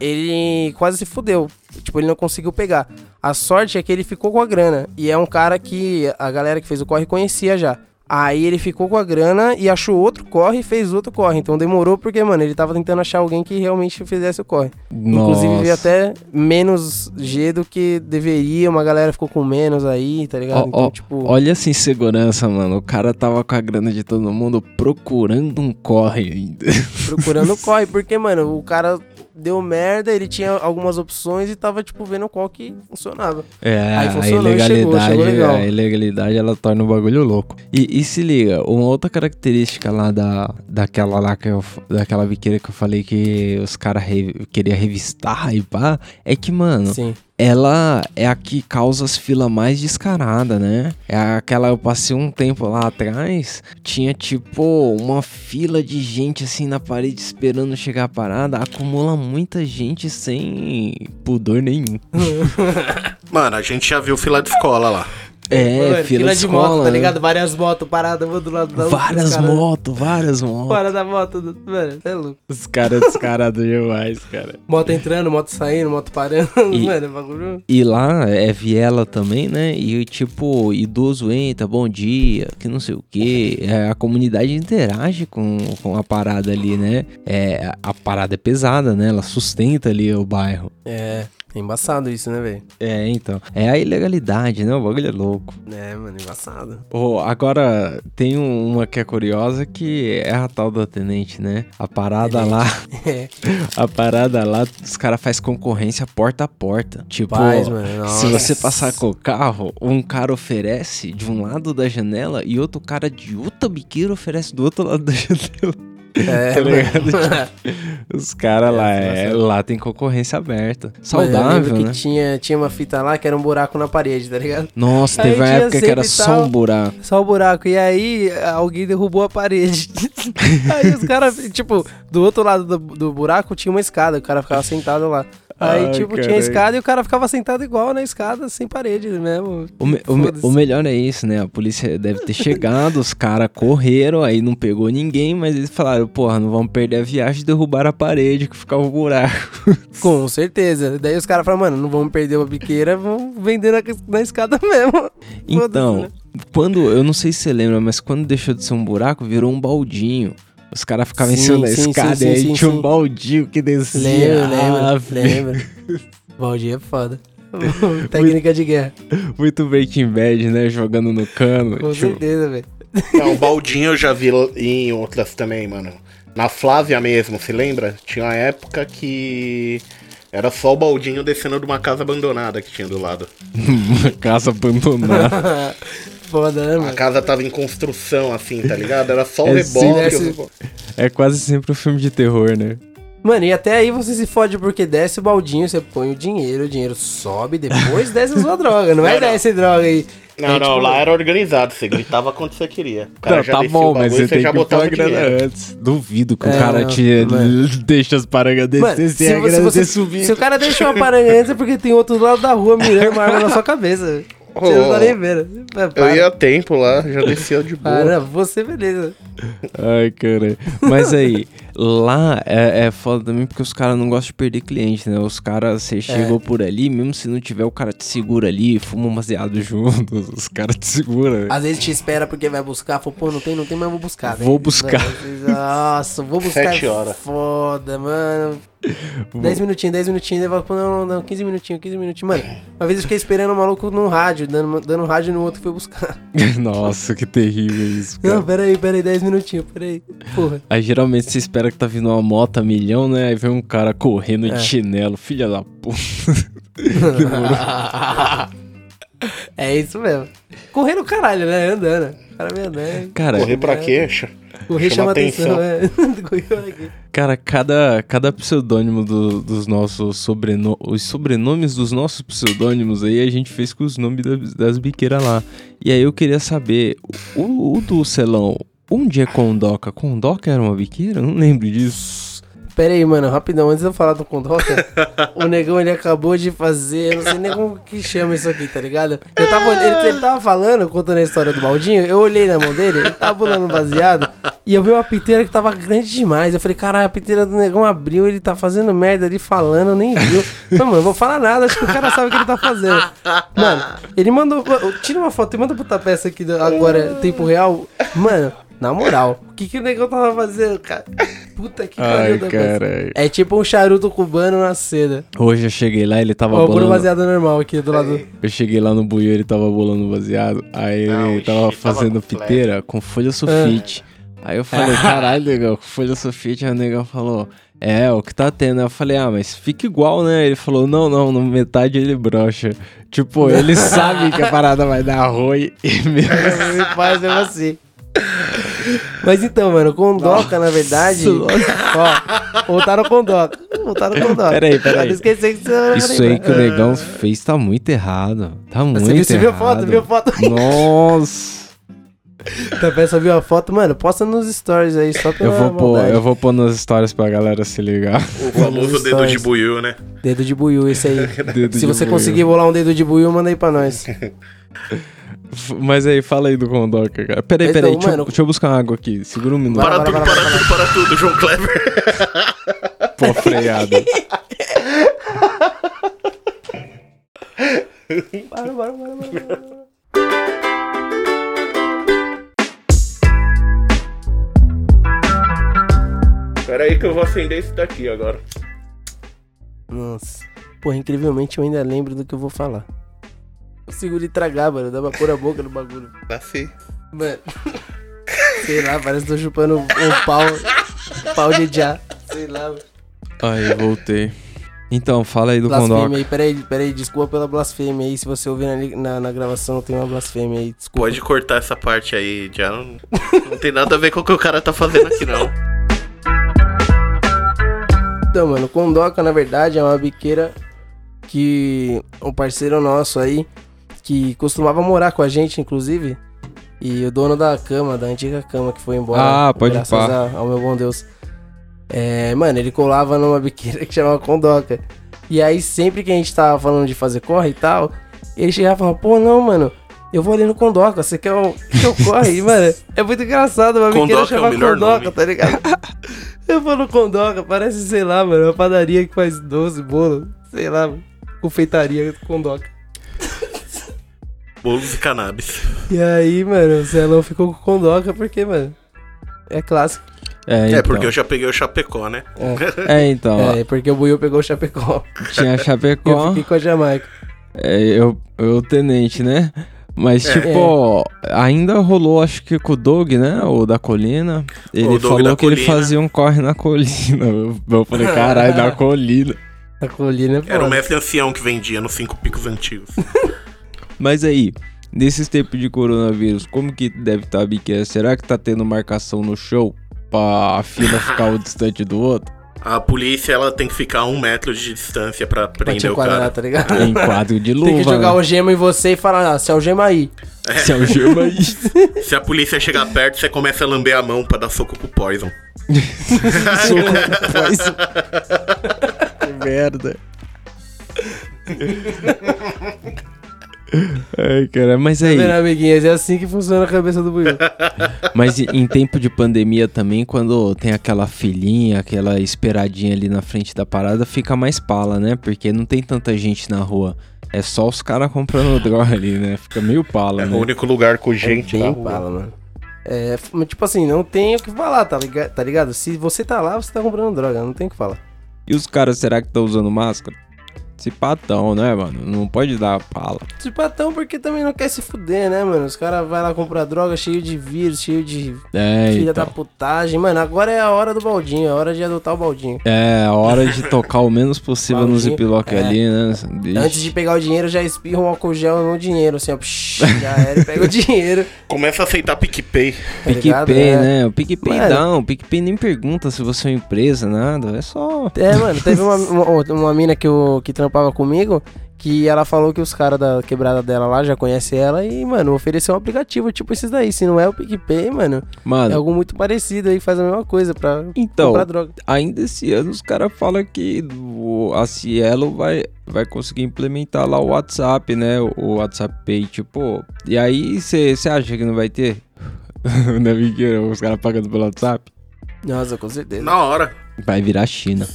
Speaker 4: ele quase se fudeu. Tipo, ele não conseguiu pegar. A sorte é que ele ficou com a grana. E é um cara que a galera que fez o corre conhecia já. Aí ele ficou com a grana e achou outro corre e fez outro corre. Então demorou porque, mano, ele tava tentando achar alguém que realmente fizesse o corre. Inclusive veio
Speaker 3: Nossa.
Speaker 4: até menos G do que deveria, uma galera ficou com menos aí, tá ligado?
Speaker 3: Ó, ó, Olha essa insegurança, mano. O cara tava com a grana de todo mundo procurando um corre ainda. (laughs)
Speaker 4: procurando corre, porque, mano, o cara deu merda, ele tinha algumas opções e tava, tipo, vendo qual que funcionava.
Speaker 3: É,
Speaker 4: Aí
Speaker 3: a
Speaker 4: funcionou e
Speaker 3: ilegalidade, é,
Speaker 4: chegou, chegou legal.
Speaker 3: a ilegalidade ela torna o bagulho louco. E, e se liga, uma outra característica lá da, daquela lá que eu, f- daquela biqueira que eu falei que os caras re, queriam revistar e pá, é que, mano,
Speaker 4: Sim.
Speaker 3: ela é a que causa as filas mais descarada, né? É aquela, eu passei um tempo lá atrás, tinha tipo uma fila de gente assim na parede esperando chegar a parada, acumula muita gente sem pudor nenhum.
Speaker 5: Mano, a gente já viu fila de escola lá.
Speaker 3: É,
Speaker 4: Mano,
Speaker 3: fila, de escola,
Speaker 4: moto, tá
Speaker 3: né?
Speaker 4: ligado? Várias motos paradas, uma do lado da outra.
Speaker 3: Várias
Speaker 4: os caras-
Speaker 3: motos, várias motos.
Speaker 4: Fora da moto, do- mano, é louco.
Speaker 3: Os caras descarados demais, cara.
Speaker 4: Moto entrando, moto saindo, moto parando, (laughs)
Speaker 3: E-
Speaker 4: mano, é bagulho.
Speaker 3: E lá é viela também, né? E tipo, idoso entra, bom dia, que não sei o quê. É, a comunidade interage com, com a parada ali, né? É, a- a parada é pesada, né? Ela sustenta ali o bairro.
Speaker 4: É, é embaçado isso, né, velho?
Speaker 3: É, então. É a ilegalidade, né? O bagulho é louco.
Speaker 4: É, mano, embaçado. (laughs)
Speaker 3: Ô, agora, tem um- uma que é curiosa que é a tal da Tenente, né? A parada lá.
Speaker 4: É.
Speaker 3: A parada lá, os caras fazem concorrência porta a porta. Tipo,
Speaker 4: Faz, mano,
Speaker 3: se você
Speaker 4: nossa.
Speaker 3: passar com o carro, um cara oferece de um lado da janela e outro cara de outra biqueira oferece do outro lado da (laughs) janela.
Speaker 4: É,
Speaker 3: Tá
Speaker 4: mano. (laughs)
Speaker 3: ligado? Os caras lá,
Speaker 4: É,
Speaker 3: é, lá tem concorrência aberta.
Speaker 4: Mano, eu lembro
Speaker 3: Saudável,
Speaker 4: que
Speaker 3: né?
Speaker 4: tinha, tinha uma fita lá que era um buraco na parede, tá ligado?
Speaker 3: Nossa,
Speaker 4: Aí
Speaker 3: teve uma
Speaker 4: tinha
Speaker 3: época que
Speaker 4: sempre
Speaker 3: era
Speaker 4: e
Speaker 3: só
Speaker 4: tal.
Speaker 3: um buraco.
Speaker 4: Só o buraco. E aí alguém derrubou a parede.
Speaker 3: (laughs)
Speaker 4: aí os caras, tipo, do outro lado do, do buraco tinha uma escada, o cara ficava sentado lá. Aí,
Speaker 3: Ai,
Speaker 4: tipo, tinha
Speaker 3: caralho.
Speaker 4: escada e o cara ficava sentado igual na escada, sem parede mesmo.
Speaker 3: O, me- o me-
Speaker 4: Foda-se.
Speaker 3: o melhor é isso, né? A polícia deve ter chegado, os caras correram, aí não pegou ninguém, mas eles falaram, porra, não vamos perder a viagem e derrubaram a parede que ficava o buraco.
Speaker 4: Com certeza. Daí os caras falaram, mano, não vamos perder uma biqueira, vamos vender na, na escada mesmo. (laughs) Foda-se,
Speaker 3: Então,
Speaker 4: né?
Speaker 3: quando, eu não sei se você lembra, mas quando deixou de ser um buraco, virou um baldinho. Os caras ficavam em
Speaker 4: Sim,
Speaker 3: cima da
Speaker 4: sim,
Speaker 3: escada
Speaker 4: sim,
Speaker 3: e aí
Speaker 4: sim,
Speaker 3: tinha um
Speaker 4: sim.
Speaker 3: baldinho que descia.
Speaker 4: Lembra,
Speaker 3: Ah, (laughs) filho.
Speaker 4: lembra, lembra. Valdir
Speaker 3: (laughs)
Speaker 4: é foda. Técnica de guerra.
Speaker 3: Muito Breaking Bad, né? Jogando no cano.
Speaker 4: Com
Speaker 3: Tipo,
Speaker 4: certeza, velho. (laughs)
Speaker 5: Não, o baldinho eu já vi em outras também, mano. Na Flávia mesmo, se lembra? Tinha uma época que era só o baldinho descendo de uma casa abandonada que tinha do lado.
Speaker 3: (laughs) uma casa abandonada.
Speaker 4: foda, né,
Speaker 5: A
Speaker 3: Hum.
Speaker 4: mano?
Speaker 5: casa tava em construção, assim, tá ligado? Era só o
Speaker 3: É
Speaker 5: reboque.
Speaker 4: sim,
Speaker 5: os-
Speaker 3: É quase sempre um filme de terror, né?
Speaker 4: Mano, e até aí você se fode porque desce o baldinho, você põe o dinheiro, o dinheiro sobe,
Speaker 5: (laughs)
Speaker 4: depois desce a sua droga. Não é
Speaker 5: Não, não.
Speaker 4: desce droga aí. É tipo,
Speaker 5: Não, tipo, não, lá era organizado, você gritava quando você queria. O
Speaker 3: Não, tá
Speaker 5: descia o
Speaker 3: bom, mas
Speaker 5: bagulho e
Speaker 3: você tem que pôr a
Speaker 5: o dinheiro.
Speaker 3: grana antes. Duvido que o
Speaker 4: É,
Speaker 3: cara
Speaker 4: não,
Speaker 3: te
Speaker 4: mano.
Speaker 3: (laughs) deixa as parangas
Speaker 5: é
Speaker 4: Mano,
Speaker 3: descer sem
Speaker 4: se,
Speaker 3: a
Speaker 4: você-
Speaker 3: grana
Speaker 4: você-
Speaker 3: ter subido.
Speaker 4: se o cara deixou uma paranga antes é porque tem outro do lado da rua mirando uma arma na sua cabeça. Você não tá nem vendo. Para,
Speaker 5: Eu ia a tempo lá, já descia de boa.
Speaker 4: para, você beleza.
Speaker 3: Ai, cara. Mas aí, lá é, é foda também porque os caras não gostam de perder cliente, né? Os caras, você chegou por ali, mesmo se não tiver, o cara te segura ali, fuma um baseado junto, os caras te seguram. (laughs)
Speaker 4: Às vezes te espera porque vai buscar, fala, pô, não tem, não tem, mas eu vou buscar. né?
Speaker 3: Vou buscar.
Speaker 4: Às vezes, Nossa, vou buscar. é
Speaker 5: Sete horas.
Speaker 4: Foda, mano. 10 minutinhos, 10 minutinhos, leva, pô, não, não, não, 15 minutinhos, 15 minutinhos. Mano, uma vez eu fiquei esperando o maluco num rádio, dando, dando um rádio no outro que foi buscar.
Speaker 3: Nossa, que terrível isso, cara.
Speaker 4: Não, peraí, peraí, 10 minutinhos, peraí. Porra.
Speaker 3: Aí geralmente você espera que tá vindo uma moto a milhão, né? Aí vem um cara correndo de chinelo, filha da puta.
Speaker 4: é isso mesmo. Correndo o caralho, né? Andando. O cara me andando.
Speaker 3: Cara,
Speaker 5: Correr pra quê? Ch-
Speaker 4: Correr chama
Speaker 5: Chama
Speaker 4: atenção,
Speaker 5: atenção.
Speaker 4: é. (laughs) Correr pra quê?
Speaker 3: Cara, cada, cada pseudônimo do- dos nossos sobrenomes. Os sobrenomes dos nossos pseudônimos aí a gente fez com os nomes das, das biqueiras lá. E aí eu queria saber: o, o do Celão, onde é Condoca? Condoca era uma biqueira? Eu não lembro disso.
Speaker 4: Pera aí, mano, rapidão, antes de eu falar do Condoca, o negão ele acabou de fazer, eu não sei nem como que chama isso aqui, tá ligado? Eu tava, olhando- ele, ele tava falando, contando a história do baldinho, eu olhei na mão dele, ele tava bolando um baseado, e eu vi uma piteira que tava grande demais. Eu falei, caralho, a piteira do negão abriu, ele tá fazendo merda ali falando, nem viu. Não, mano, eu vou falar nada, acho que o cara sabe o que ele tá fazendo. Mano, ele mandou. Tira uma foto e manda pro peça aqui do- agora, tempo real. Mano, na moral, o que, que o negão tava fazando, cara? Puta que
Speaker 3: Ai,
Speaker 4: da
Speaker 3: caralho.
Speaker 4: é tipo um charuto cubano na seda.
Speaker 3: Hoje eu cheguei lá, ele tava
Speaker 4: Ó, o Bruno
Speaker 3: bolando.
Speaker 4: baseado normal aqui do lado.
Speaker 3: Eu cheguei lá no buio, ele tava bolando baseado. Aí
Speaker 5: Não,
Speaker 3: ele
Speaker 5: Ah, o
Speaker 3: tava
Speaker 5: Xi tava
Speaker 3: fazendo
Speaker 5: completo.
Speaker 3: piteira com folha sulfite. Aí eu
Speaker 4: (laughs)
Speaker 3: falei, caralho, negão, com folha sulfite. Aí o negão falou, é, o que tá tendo. Aí eu falei, ah, mas fica igual, né? Ele falou, não, não, no metade ele brocha. Tipo,
Speaker 4: (laughs)
Speaker 3: ele sabe que a parada vai dar ruim. (laughs) E mesmo...
Speaker 4: Me faz é mesmo assim. (laughs) Mas então, mano, Condoca, na verdade. Ó, voltaram Condoca. Voltaram Condoca.
Speaker 3: Peraí, peraí.
Speaker 4: Eu esqueci que você
Speaker 3: Isso aí que o negão fez tá muito errado. Tá muito
Speaker 4: Você viu,
Speaker 3: errado. Hum.
Speaker 4: você viu a foto? Viu a foto?
Speaker 3: Nossa.
Speaker 4: A peça viu a foto, mano. Posta nos stories aí, só pela
Speaker 3: Eu vou, pôr,
Speaker 4: maldade.
Speaker 3: eu vou pôr nas histórias pra galera se ligar. (laughs)
Speaker 5: O famoso dedo de buiu, né?
Speaker 4: Dedo de buiu, esse aí.
Speaker 3: (laughs) Dedo
Speaker 4: Se
Speaker 3: de
Speaker 4: você
Speaker 3: buio.
Speaker 4: conseguir bolar um dedo de buiu, manda aí pra nós.
Speaker 3: F- Mas aí, fala aí do Gondoca, cara. Peraí, peraí,
Speaker 4: Então,
Speaker 3: deixa, eu-
Speaker 4: mano-
Speaker 3: deixa eu buscar uma água aqui. Segura um minuto.
Speaker 5: Para
Speaker 4: Vai,
Speaker 5: tudo,
Speaker 4: vai,
Speaker 5: para
Speaker 4: vai,
Speaker 5: tudo, para tudo, João Kleber.
Speaker 3: Pô,
Speaker 4: (laughs)
Speaker 3: freada.
Speaker 4: Bora, bora, bora, bora.
Speaker 5: Pera aí que eu vou acender esse daqui agora.
Speaker 4: Nossa. Porra, incrivelmente eu ainda lembro do que eu vou falar. Consigo de tragar, mano. Dá pra pôr a boca no bagulho.
Speaker 5: Assim.
Speaker 4: Mano. Sei lá, parece que tô chupando um, um pau. Um pau de já. Sei lá, mano.
Speaker 3: aí, voltei. Então, fala aí do
Speaker 4: Blasfêmia
Speaker 3: Gondoca.
Speaker 4: aí, peraí, peraí, desculpa pela blasfêmia aí. Se você ouvir na, na, na gravação, tem uma blasfêmia aí, desculpa.
Speaker 5: Pode cortar essa parte aí, já não, não tem nada a ver com o que o cara tá fazendo aqui, não.
Speaker 4: Então, mano, Condoca, na verdade, é uma biqueira que um parceiro nosso aí, que costumava morar com a gente, inclusive, e o dono da cama, da antiga cama que foi embora.
Speaker 3: Ah, pode
Speaker 4: graças
Speaker 3: pá.
Speaker 4: a- ao meu bom Deus. É, mano, ele colava numa (laughs) biqueira que chamava Condoca. E aí, sempre que a gente tava falando de fazer corre e tal, ele chegava e falava, pô, não, mano, eu vou ali no Condoca, você quer o (laughs) que eu corre? E, mano, é muito engraçado, uma biqueira
Speaker 5: Condoca é o
Speaker 4: chamava
Speaker 5: melhor
Speaker 4: Condoca,
Speaker 5: nome.
Speaker 4: tá ligado?
Speaker 5: (laughs)
Speaker 4: Eu falo Condoca, parece, sei lá, mano, uma padaria que faz doce, bolo, sei lá, mano, confeitaria Condoca.
Speaker 5: Bolos e cannabis.
Speaker 4: E aí, mano, o Zelão ficou com Condoca porque, mano, é clássico.
Speaker 3: É, então.
Speaker 5: É, porque eu já peguei o Chapecó, né?
Speaker 3: É, então, ó,
Speaker 4: É, porque o Buiu pegou o Chapecó
Speaker 3: tinha a
Speaker 4: e eu
Speaker 3: Chapecó,
Speaker 4: fiquei com a Jamaica.
Speaker 3: é, eu, eu o tenente, né? Mas,
Speaker 5: É.
Speaker 4: É.
Speaker 3: tipo, ó, ainda rolou, acho que com o Doug, né? O da colina. Ele
Speaker 5: O Doug
Speaker 3: falou
Speaker 5: da
Speaker 3: que ele
Speaker 5: colina.
Speaker 3: fazia um corre na colina. (laughs) Eu- Eu
Speaker 5: (laughs)
Speaker 3: falei, caralho, na colina.
Speaker 4: A colina é
Speaker 5: Era
Speaker 4: foda.
Speaker 5: um o mestre ancião que vendia nos cinco picos antigos.
Speaker 3: Mas aí, nesses tempos de coronavírus, como que deve estar a biqueira? Será que tá tendo marcação no show pra a fila ficar um distante do outro?
Speaker 5: A polícia, ela tem que ficar a um metro de distância pra
Speaker 4: Pra te
Speaker 5: prender o
Speaker 4: enquadrar,
Speaker 5: cara.
Speaker 4: tá ligado?
Speaker 3: Em quadro de luva.
Speaker 4: Tem que jogar
Speaker 3: né? é
Speaker 4: o gema em você e falar, ah, se algema aí.
Speaker 3: Se algema aí.
Speaker 5: É. (laughs) Se a polícia chegar perto, você começa a lamber a mão pra dar soco pro Poison.
Speaker 3: Soco, pois- que merda. Ai, cara, mas aí,
Speaker 4: Tá vendo, amiguinhas? É assim que funciona a cabeça do Buiu.
Speaker 3: mas em- em tempo de pandemia também, quando tem aquela filhinha, aquela esperadinha ali na frente da parada, fica mais pala, né? Porque não tem tanta gente na rua. É só os caras comprando (laughs) droga ali, né? Fica meio pala,
Speaker 5: É o
Speaker 3: né?
Speaker 5: único lugar com gente na
Speaker 4: Bem
Speaker 5: rua.
Speaker 4: bala, mano. É, f- mas tipo assim, não tem o que falar, tá liga- tá ligado? Se você tá lá, você tá comprando droga, não tem o que falar.
Speaker 3: E os caras, será que estão usando máscara? Se patão, né, mano? Não pode dar pala.
Speaker 4: De patão Tipo, é porque também não quer se fuder, né, mano? Os caras vão lá comprar droga cheio de vírus, cheio de
Speaker 3: É,
Speaker 4: filha
Speaker 3: então.
Speaker 4: da putagem. Mano, agora é a hora do baldinho, é a hora de adotar o baldinho.
Speaker 3: É, a hora de tocar o menos possível no
Speaker 4: Baldinho,
Speaker 3: ziplock
Speaker 4: é.
Speaker 3: ali, né? Deixa-
Speaker 4: Antes de pegar o dinheiro, já espirra um álcool gel no dinheiro, assim, ó. Psh, já era, e pega o (laughs) dinheiro.
Speaker 5: Começa a aceitar PicPay.
Speaker 4: Tá ligado?
Speaker 3: PicPay,
Speaker 4: É.
Speaker 3: né? O PicPay
Speaker 4: Mano.
Speaker 3: não, o PicPay nem pergunta se você é uma empresa, nada. É só.
Speaker 4: É, mano,
Speaker 3: (laughs)
Speaker 4: teve uma, uma, uma mina que, eu, que trampava comigo que ela falou que os caras da quebrada dela lá já conhecem ela e, mano, ofereceu um aplicativo tipo esses daí. Se não é o PicPay, mano, é
Speaker 3: Mano,
Speaker 4: algo muito parecido aí, faz a mesma coisa pra
Speaker 3: Ah, então,
Speaker 4: comprar droga.
Speaker 3: ainda esse ano os caras falam que o- a Cielo vai, vai conseguir implementar lá o WhatsApp, né? O, o WhatsApp Pay, tipo. E aí você acha que não vai ter? (laughs) Na biqueira, os caras pagando pelo WhatsApp?
Speaker 4: Nossa, com certeza.
Speaker 5: Na hora.
Speaker 3: Vai virar China.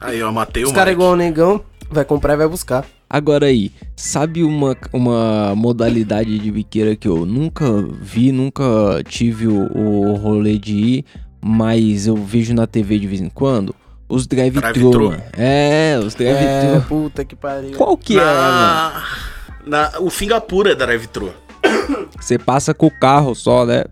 Speaker 5: Aí, ó, matei o
Speaker 4: Os é caras
Speaker 5: Mike.
Speaker 4: igual o Negão, vai comprar e vai buscar.
Speaker 3: Agora aí, sabe uma, uma modalidade de biqueira que eu nunca vi, nunca tive o, o rolê de ir, mas eu vejo na TV de vez em quando? Os drive-thru,
Speaker 5: Drive-thru.
Speaker 3: mano. É, os
Speaker 4: É,
Speaker 3: drive-thru.
Speaker 4: puta que pariu.
Speaker 3: Qual que é, mano?
Speaker 5: na... na... O Singapura é drive-thru.
Speaker 3: Você passa com o carro só, né?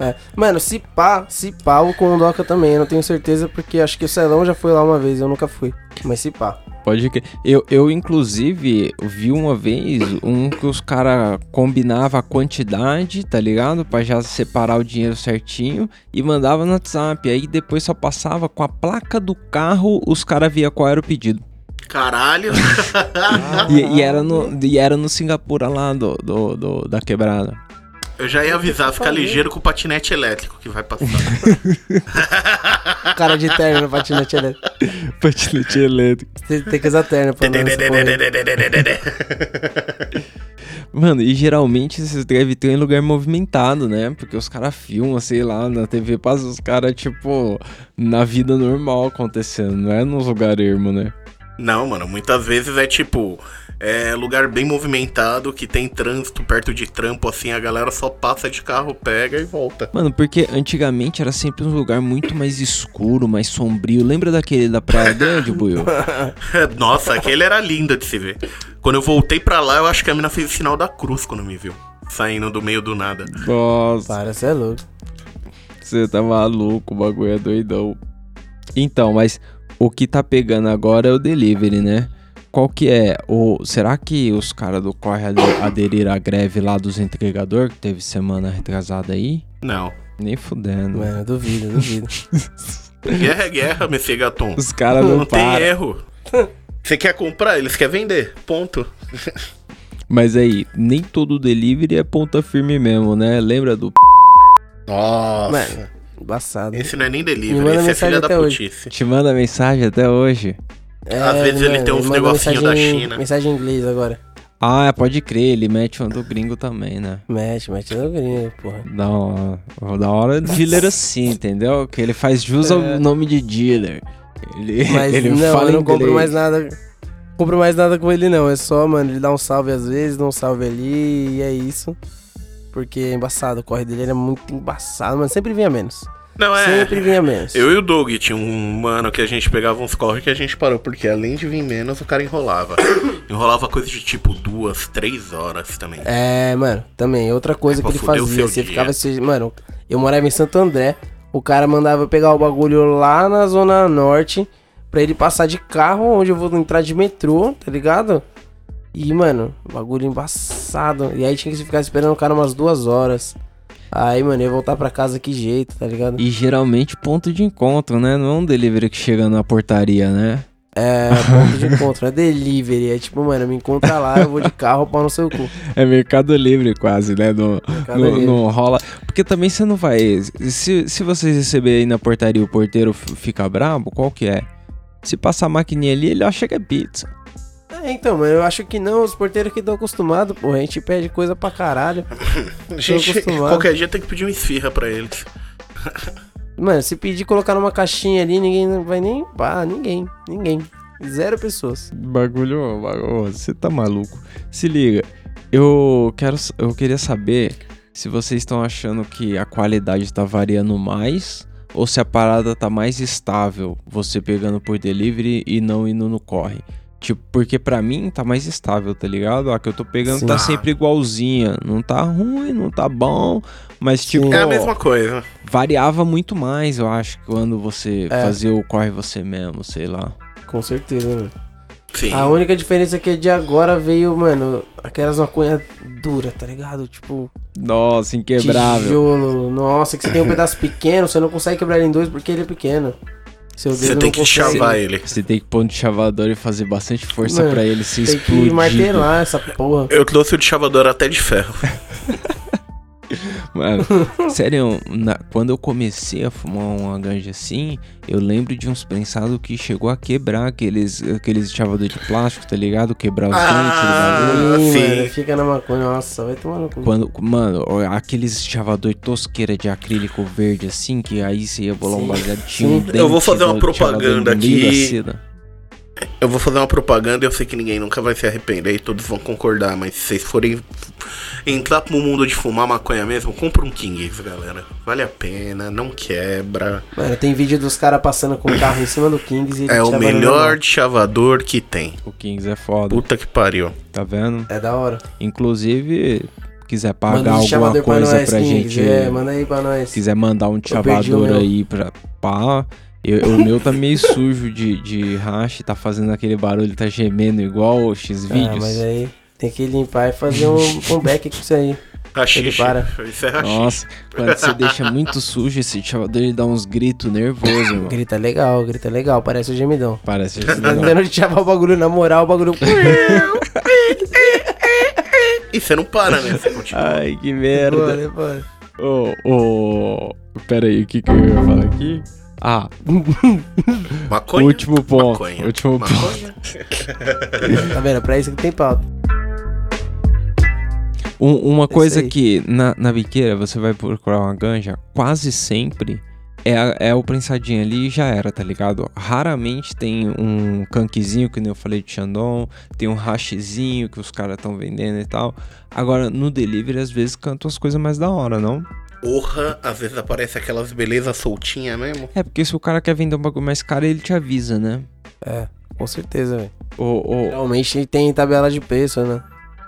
Speaker 4: É. Mano, se pá, se pá, o Condoca também, eu não tenho certeza, porque acho que o Celão já foi lá uma vez, eu nunca fui. Mas se pá.
Speaker 3: Pode crer. Eu, eu, inclusive, vi uma vez um que os caras combinava a quantidade, tá ligado? Pra já separar o dinheiro certinho e mandava no WhatsApp. Aí depois só passava com a placa do carro, os caras via qual era o pedido.
Speaker 5: Caralho.
Speaker 3: (laughs) E, e era, no, e era no Singapura lá do, do, do- da quebrada.
Speaker 5: Eu já ia avisar, fica ligeiro com o patinete elétrico que vai passar.
Speaker 4: Cara de terno no patinete elétrico.
Speaker 3: Patinete elétrico.
Speaker 5: (laughs)
Speaker 4: Tem tem que usar terno pra não se correr.
Speaker 3: Mano, e geralmente esses drive thru é em lugar movimentado, né? Porque os caras filmam, sei lá, na TV passa os caras, tipo, na vida normal acontecendo, não é nos lugares ermo, né?
Speaker 5: Não, mano, muitas vezes é tipo. É lugar bem movimentado, que tem trânsito perto de trampo, assim, a galera só passa de carro, pega e volta. (laughs)
Speaker 3: Mano, porque antigamente era sempre um lugar muito mais escuro, mais sombrio. Lembra daquele da Praia Grande, Buiu?
Speaker 5: Nossa, aquele era lindo de se ver. Quando eu voltei pra lá, eu acho que a mina fez o sinal da cruz quando me viu. Saindo do meio do nada.
Speaker 3: Nossa,
Speaker 4: Para, você é louco.
Speaker 3: Você tá maluco, o bagulho é doidão. Então, mas o que tá pegando agora é o delivery, né? Qual que é? O, será que os caras do Corre ade- aderiram à greve lá dos entregador que teve semana retrasada aí?
Speaker 5: Não.
Speaker 3: Nem fudendo.
Speaker 4: Mano, eu duvido, eu duvido.
Speaker 5: Guerra é guerra, (laughs) Messi Gaton.
Speaker 3: Os caras
Speaker 5: Não,
Speaker 3: não
Speaker 5: tem
Speaker 3: param. (laughs)
Speaker 5: erro. Você quer comprar, eles querem vender. Ponto.
Speaker 3: Mas aí, nem todo delivery é ponta firme mesmo, né? Lembra do... p***?
Speaker 5: (laughs) Nossa.
Speaker 4: Mano, embaçado.
Speaker 5: Esse não é nem
Speaker 4: Me
Speaker 5: delivery,
Speaker 4: manda
Speaker 5: esse é
Speaker 4: mensagem
Speaker 5: filha da
Speaker 4: até hoje.
Speaker 5: putice.
Speaker 3: Te manda mensagem até hoje.
Speaker 4: É,
Speaker 5: Às vezes ele tem uns
Speaker 4: manda
Speaker 5: negocinho da
Speaker 4: mensagem-
Speaker 5: China.
Speaker 4: Mensagem em inglês agora.
Speaker 3: Ah, pode crer, ele mete uma do gringo também, né?
Speaker 4: Mexe, mexe no gringo,
Speaker 3: (laughs)
Speaker 4: porra.
Speaker 3: Da hora. Da hora dealer assim, entendeu? Que ele faz jus ao nome de dealer. Ele,
Speaker 4: É.
Speaker 3: (laughs)
Speaker 4: Mas
Speaker 3: ele
Speaker 4: não,
Speaker 3: fala
Speaker 4: eu não
Speaker 3: inglês.
Speaker 4: compro mais nada. Compro mais nada com ele não, é só, mano, ele dá um salve às vezes, dá um salve ali e é isso. Porque é embaçado, o corre dele era muito embaçado, mano, sempre vinha menos.
Speaker 5: Não, é.
Speaker 4: Sempre vinha menos.
Speaker 5: Eu e o Doug tinha um mano que a gente pegava uns corre que a gente parou, porque além de vir menos, o cara enrolava. (coughs) enrolava coisa de tipo duas, três horas também.
Speaker 4: É, mano, também. Outra coisa
Speaker 5: É
Speaker 4: que
Speaker 5: pra
Speaker 4: ele
Speaker 5: fuder o
Speaker 4: fazia,
Speaker 5: seu
Speaker 4: você
Speaker 5: dia.
Speaker 4: ficava. Você, mano, eu morava em Santo André, o cara mandava eu pegar o bagulho lá na Zona Norte pra ele passar de carro onde eu vou entrar de metrô, tá ligado? E, mano, bagulho embaçado. E aí tinha que ficar esperando o cara umas duas horas. Aí, mano, eu ia voltar pra casa que jeito, tá ligado?
Speaker 3: E geralmente ponto de encontro, né? Não é um delivery que chega na portaria, né?
Speaker 4: É,
Speaker 5: (laughs)
Speaker 4: ponto de encontro, é delivery. É tipo, mano, me encontra lá, eu vou de carro, pau no seu
Speaker 5: (laughs)
Speaker 4: cu.
Speaker 3: É mercado livre quase, né? Não,
Speaker 4: Mercado
Speaker 3: não-
Speaker 4: Livre.
Speaker 3: não rola. Porque também você não vai. Se, se vocês receberem na portaria o porteiro f- fica brabo, qual que é? Se passar a maquininha ali, ele acha que é pizza.
Speaker 4: É, então, mano, eu acho que não, os porteiros que estão acostumados, porra, a gente pede coisa pra caralho.
Speaker 5: a gente,
Speaker 4: acostumado.
Speaker 5: qualquer dia tem que pedir um esfirra pra eles.
Speaker 4: Mano, se pedir colocar numa caixinha ali, ninguém não vai nem. Pá, ninguém, ninguém. Zero pessoas.
Speaker 3: Bagulho, bagulho, você tá maluco. Se liga, eu quero, eu queria saber se vocês estão achando que a qualidade tá variando mais ou se a parada tá mais estável, você pegando por delivery e não indo no corre. Tipo, porque pra mim tá mais estável, tá ligado? A que eu tô pegando
Speaker 4: Sim.
Speaker 3: tá
Speaker 5: Ah.
Speaker 3: sempre igualzinha. Não tá ruim, não tá bom, mas tipo,
Speaker 5: É a mesma coisa.
Speaker 3: variava muito mais, eu acho, quando você fazia o corre você mesmo, sei lá.
Speaker 4: Com certeza, mano.
Speaker 5: Sim.
Speaker 4: A única diferença é que de agora veio, mano, aquelas maconhas duras, tá ligado? Tipo,
Speaker 3: Nossa, inquebrável.
Speaker 4: tijolo. Nossa, que você tem um pedaço pequeno, você não consegue quebrar ele em dois porque ele é pequeno. Seu dedo
Speaker 5: Você
Speaker 4: não
Speaker 5: tem que
Speaker 4: consegue.
Speaker 5: chavar ele.
Speaker 3: Você tem que pôr no chavador e fazer bastante força
Speaker 4: Mano,
Speaker 3: pra ele se
Speaker 4: Tem
Speaker 3: explodir.
Speaker 4: que martelar essa porra.
Speaker 5: Eu trouxe o de chavador até de ferro.
Speaker 4: (laughs)
Speaker 3: Mano, sério, na- quando eu comecei a fumar uma ganja assim, eu lembro de uns prensados que chegou a quebrar aqueles, aqueles chavador de plástico, tá ligado? Quebrar os
Speaker 5: Ah.
Speaker 3: dentes. tá
Speaker 5: Ah,
Speaker 4: Ih,
Speaker 5: sim.
Speaker 4: mano, fica na maconha. Nossa, vai tomar no cu.
Speaker 3: Quando, mano, ó, aqueles chavador tosqueira de acrílico verde assim, que aí você ia bolar um
Speaker 4: Sim.
Speaker 3: baseado tinha um
Speaker 4: Sim.
Speaker 3: dente
Speaker 5: Eu vou fazer uma
Speaker 3: do chavador
Speaker 5: propaganda
Speaker 3: no meio da
Speaker 5: aqui.
Speaker 3: seda.
Speaker 5: Eu vou fazer uma propaganda e eu sei que ninguém nunca vai se arrepender e todos vão concordar, mas se vocês forem entrar pro mundo de fumar maconha mesmo, compra um Kings, galera. Vale a pena, não quebra.
Speaker 4: Mano, tem vídeo dos caras passando com o carro em cima do Kings e ele
Speaker 5: É o
Speaker 4: chavando na
Speaker 5: melhor de chavador que tem.
Speaker 3: O Kings é foda,
Speaker 5: Puta que pariu.
Speaker 3: tá vendo?
Speaker 4: mão. É da hora.
Speaker 3: Inclusive, quiser
Speaker 4: Manda
Speaker 3: pagar
Speaker 4: um
Speaker 3: alguma
Speaker 4: chavador
Speaker 3: coisa pra,
Speaker 4: nós, Kings.
Speaker 3: gente.
Speaker 4: É, manda aí pra nós.
Speaker 3: quiser mandar um
Speaker 4: perdi o
Speaker 3: chavador
Speaker 4: meu.
Speaker 3: aí pra pá. eu- eu- o meu tá meio sujo de, de racha, tá fazendo aquele barulho, tá gemendo igual o
Speaker 4: ah,
Speaker 3: X-Vídeos.
Speaker 4: mas aí tem que limpar e fazer um comeback com isso aí.
Speaker 5: Rachixe.
Speaker 4: para.
Speaker 5: (laughs) Isso é rachixe.
Speaker 3: Nossa, quando você deixa muito sujo esse chavador, ele dá uns gritos nervosos, mano.
Speaker 4: Grita legal, grita legal, parece o gemidão.
Speaker 3: Parece isso
Speaker 4: Tá
Speaker 3: não.
Speaker 4: tentando chavar o bagulho, na moral,
Speaker 3: (laughs)
Speaker 4: o bagulho.
Speaker 5: E você não para, né?
Speaker 3: (laughs)
Speaker 5: Você continua.
Speaker 3: Ai, que merda.
Speaker 4: Bora, bora.
Speaker 3: Ô, ô. Pera aí, o que que eu ia falar aqui? Ah,
Speaker 5: Maconha.
Speaker 3: último ponto.
Speaker 5: Maconha.
Speaker 3: Último ponto.
Speaker 5: Maconha.
Speaker 4: É Tá vendo? Pra isso que tem pauta.
Speaker 3: Um- uma
Speaker 4: isso
Speaker 3: coisa
Speaker 4: aí.
Speaker 3: que na, na biqueira você vai procurar uma ganja, quase sempre é, a- é o prensadinho ali e já era, tá ligado? Raramente tem um canquizinho, que nem eu falei de Xandão, tem um hashizinho que os caras estão vendendo e tal. Agora, no delivery, às vezes cantam as coisas mais da hora, não?
Speaker 5: Porra, às vezes aparece aquelas belezas soltinhas mesmo.
Speaker 3: É porque se o cara quer vender um bagulho mais caro, ele te avisa, né?
Speaker 4: Com certeza, velho.
Speaker 3: Ou,
Speaker 4: Geralmente tem tabela de preço, né?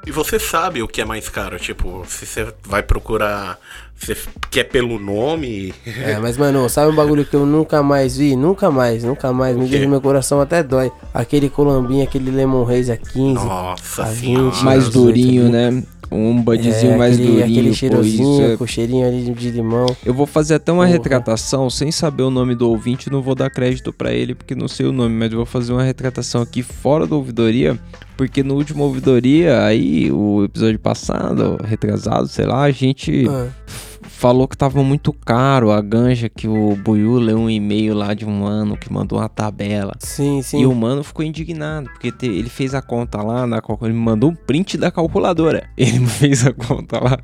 Speaker 5: E você sabe o que é mais caro, tipo, se você vai procurar, se você quer pelo nome,
Speaker 4: É, mas, mano, sabe um bagulho que eu nunca mais vi? Nunca mais, nunca mais. Me
Speaker 5: quê?
Speaker 4: diz meu coração até dói. Aquele colombinha, aquele lemon reis a 15.
Speaker 5: nossa
Speaker 4: a
Speaker 5: senhora.
Speaker 4: gente,
Speaker 3: mais
Speaker 4: Dezoito,
Speaker 3: durinho,
Speaker 4: vinte.
Speaker 3: né? Um budzinho
Speaker 4: É,
Speaker 3: mais
Speaker 4: aquele,
Speaker 3: durinho, pô,
Speaker 4: Aquele
Speaker 3: isso é
Speaker 4: cheirosinho, com cheirinho ali de limão.
Speaker 3: Eu vou fazer até uma
Speaker 4: Porra.
Speaker 3: retratação sem saber o nome do ouvinte, não vou dar crédito pra ele porque não sei o nome, mas eu vou fazer uma retratação aqui fora da ouvidoria, porque no último ouvidoria, aí o episódio passado, retrasado, sei lá, a gente
Speaker 4: Ah,
Speaker 3: falou que tava muito caro a ganja que o Buiu leu um e-mail lá de um ano que mandou uma tabela.
Speaker 4: sim, sim.
Speaker 3: E o mano ficou indignado, porque te- ele fez a conta lá, na calcu- ele me mandou um print da calculadora. (laughs) Ele fez a conta lá.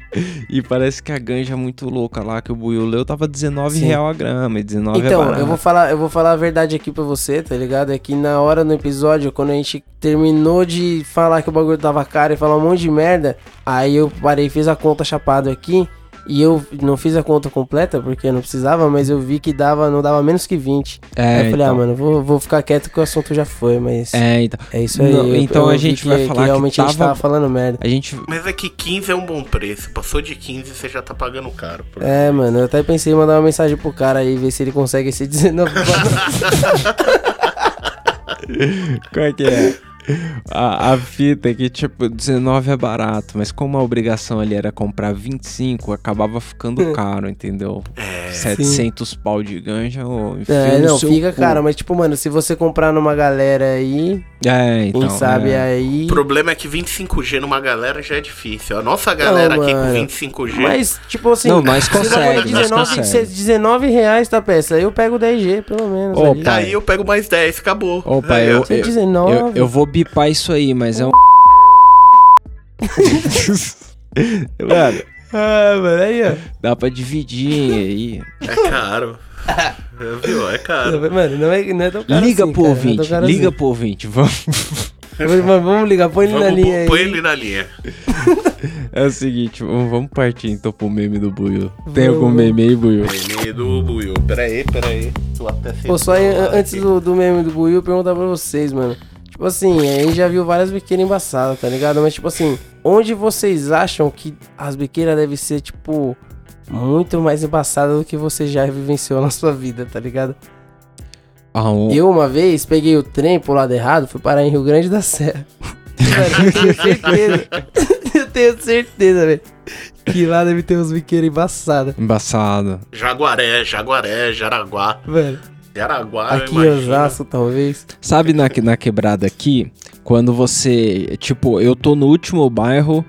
Speaker 3: E parece que a ganja muito louca lá que o Buiu leu tava 19
Speaker 4: Sim.
Speaker 3: real a grama, e 19 é
Speaker 4: Então,
Speaker 3: barato.
Speaker 4: eu vou falar, eu vou falar a verdade aqui pra você, tá ligado? É que na hora no episódio, quando a gente terminou de falar que o bagulho tava caro e falar um monte de merda, aí eu parei, fiz a conta chapado aqui. E eu não fiz a conta completa, porque eu não precisava, mas eu vi que dava, não dava menos que 20.
Speaker 3: É,
Speaker 4: aí eu falei, ah,
Speaker 3: então.
Speaker 4: mano, vou, vou ficar quieto que o assunto já foi, mas é,
Speaker 3: É, então.
Speaker 4: isso aí.
Speaker 3: Não,
Speaker 4: Eu-
Speaker 3: então
Speaker 4: eu
Speaker 3: a
Speaker 4: vi
Speaker 3: gente vai falar que
Speaker 4: realmente a gente
Speaker 3: tava-
Speaker 4: tava falando merda.
Speaker 3: A
Speaker 4: (laughs)
Speaker 3: gente.
Speaker 5: Mas é que 15 é um bom preço, passou de 15 você já tá pagando caro. pô.
Speaker 4: É, mano, eu até pensei em mandar uma mensagem pro cara aí, ver se ele consegue esse (laughs) 19
Speaker 3: Qual é que é? A, a fita é que, tipo, 19 é barato, mas como a obrigação ali era comprar 25, acabava
Speaker 4: Hum.
Speaker 3: ficando caro, entendeu?
Speaker 5: É,
Speaker 3: 700 pau de ganja, ou
Speaker 4: É, não, fica cara, mas tipo, mano, se você comprar numa galera aí,
Speaker 3: É, então.
Speaker 4: quem sabe
Speaker 3: é.
Speaker 4: aí.
Speaker 5: O problema é que 25G numa galera já é difícil. A nossa galera aqui
Speaker 4: mano.
Speaker 5: com 25G.
Speaker 4: é. Mas, tipo assim,
Speaker 3: Não, nós
Speaker 4: se vai
Speaker 3: consegue, nós
Speaker 4: 19,
Speaker 3: consegue.
Speaker 4: se- 19 reais tá peça, eu pego 10G, pelo menos.
Speaker 3: Opa.
Speaker 4: ali.
Speaker 3: Tá.
Speaker 5: Aí eu pego mais 10, acabou.
Speaker 3: Opa,
Speaker 5: Aí,
Speaker 3: eu,
Speaker 5: ó.
Speaker 4: Você é
Speaker 3: eu-
Speaker 4: 19.
Speaker 3: eu, eu vou bipar isso aí, mas é um. (laughs) Mano,
Speaker 4: Ah, mano, aí, ó.
Speaker 3: dá pra dividir aí.
Speaker 5: É caro. Viu? É caro.
Speaker 4: Mano, não é, não é tão caro
Speaker 3: liga
Speaker 4: assim,
Speaker 3: pro
Speaker 4: cara, não é
Speaker 3: ouvinte,
Speaker 4: tão caro
Speaker 3: liga
Speaker 4: assim.
Speaker 3: pro ouvinte. Vamos.
Speaker 4: Vamos- Vamos, vamos ligar, põe ele na
Speaker 5: Vamos
Speaker 4: linha
Speaker 5: pô-
Speaker 4: aí.
Speaker 5: pôr ele na linha.
Speaker 3: É o seguinte, vamos vamos partir então pro meme do Buio. Tem
Speaker 4: Vamos.
Speaker 3: algum meme aí, Buio?
Speaker 5: Meme do Buiu. Peraí, peraí. Tu até se-
Speaker 4: Pô, só aí, an- antes
Speaker 5: aqui.
Speaker 4: do, do meme do Buiu, eu perguntar pra vocês, mano. Tipo assim, a gente já viu várias biqueiras embaçadas, tá ligado? Mas, tipo assim, onde vocês acham que as biqueiras devem ser, tipo, muito mais embaçadas do que você já vivenciou na sua vida, tá ligado?
Speaker 3: Ah, um-
Speaker 4: Eu, uma vez, peguei o trem pro lado errado, fui parar em Rio Grande da Serra. (laughs) Mano, eu tenho certeza. (laughs) eu tenho certeza, velho. Que lá deve ter uns biqueiros embaçadas.
Speaker 3: Embaçado.
Speaker 5: Jaguaré, Jaguaré, Jaraguá.
Speaker 4: Velho,
Speaker 5: Jaraguá, Ah, eu
Speaker 4: aqui em
Speaker 5: imagino.
Speaker 4: Osasco, talvez.
Speaker 3: Sabe na, na quebrada aqui, quando você. Tipo, eu tô no último bairro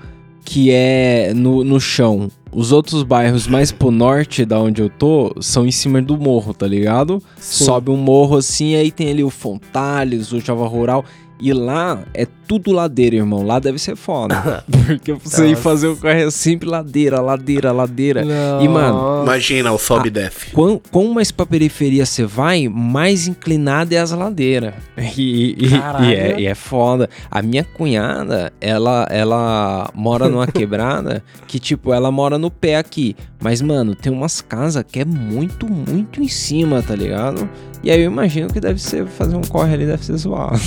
Speaker 3: que é no, no chão. Os outros bairros mais pro norte da onde eu tô são em cima do morro, tá ligado?
Speaker 4: Sim.
Speaker 3: Sobe um morro assim, aí tem ali o Fontales, o Java Rural. E lá é tudo ladeira, irmão. Lá deve ser
Speaker 4: (laughs)
Speaker 3: foda. Porque pra você ir
Speaker 4: Nossa.
Speaker 3: fazer o carro é sempre ladeira, ladeira, ladeira. né? E, mano,
Speaker 5: Imagina o sobe e desce.
Speaker 3: Quão, quão mais pra periferia você vai, mais inclinada é as ladeiras. (laughs) E, e- e-
Speaker 4: Caralho.
Speaker 3: e é, e é foda. A minha cunhada, ela, ela mora (laughs) numa quebrada que, tipo, ela mora no pé aqui. Mas, mano, tem umas casas que é muito, muito em cima, tá ligado? E aí eu imagino que deve ser fazer um corre ali, deve ser zoado.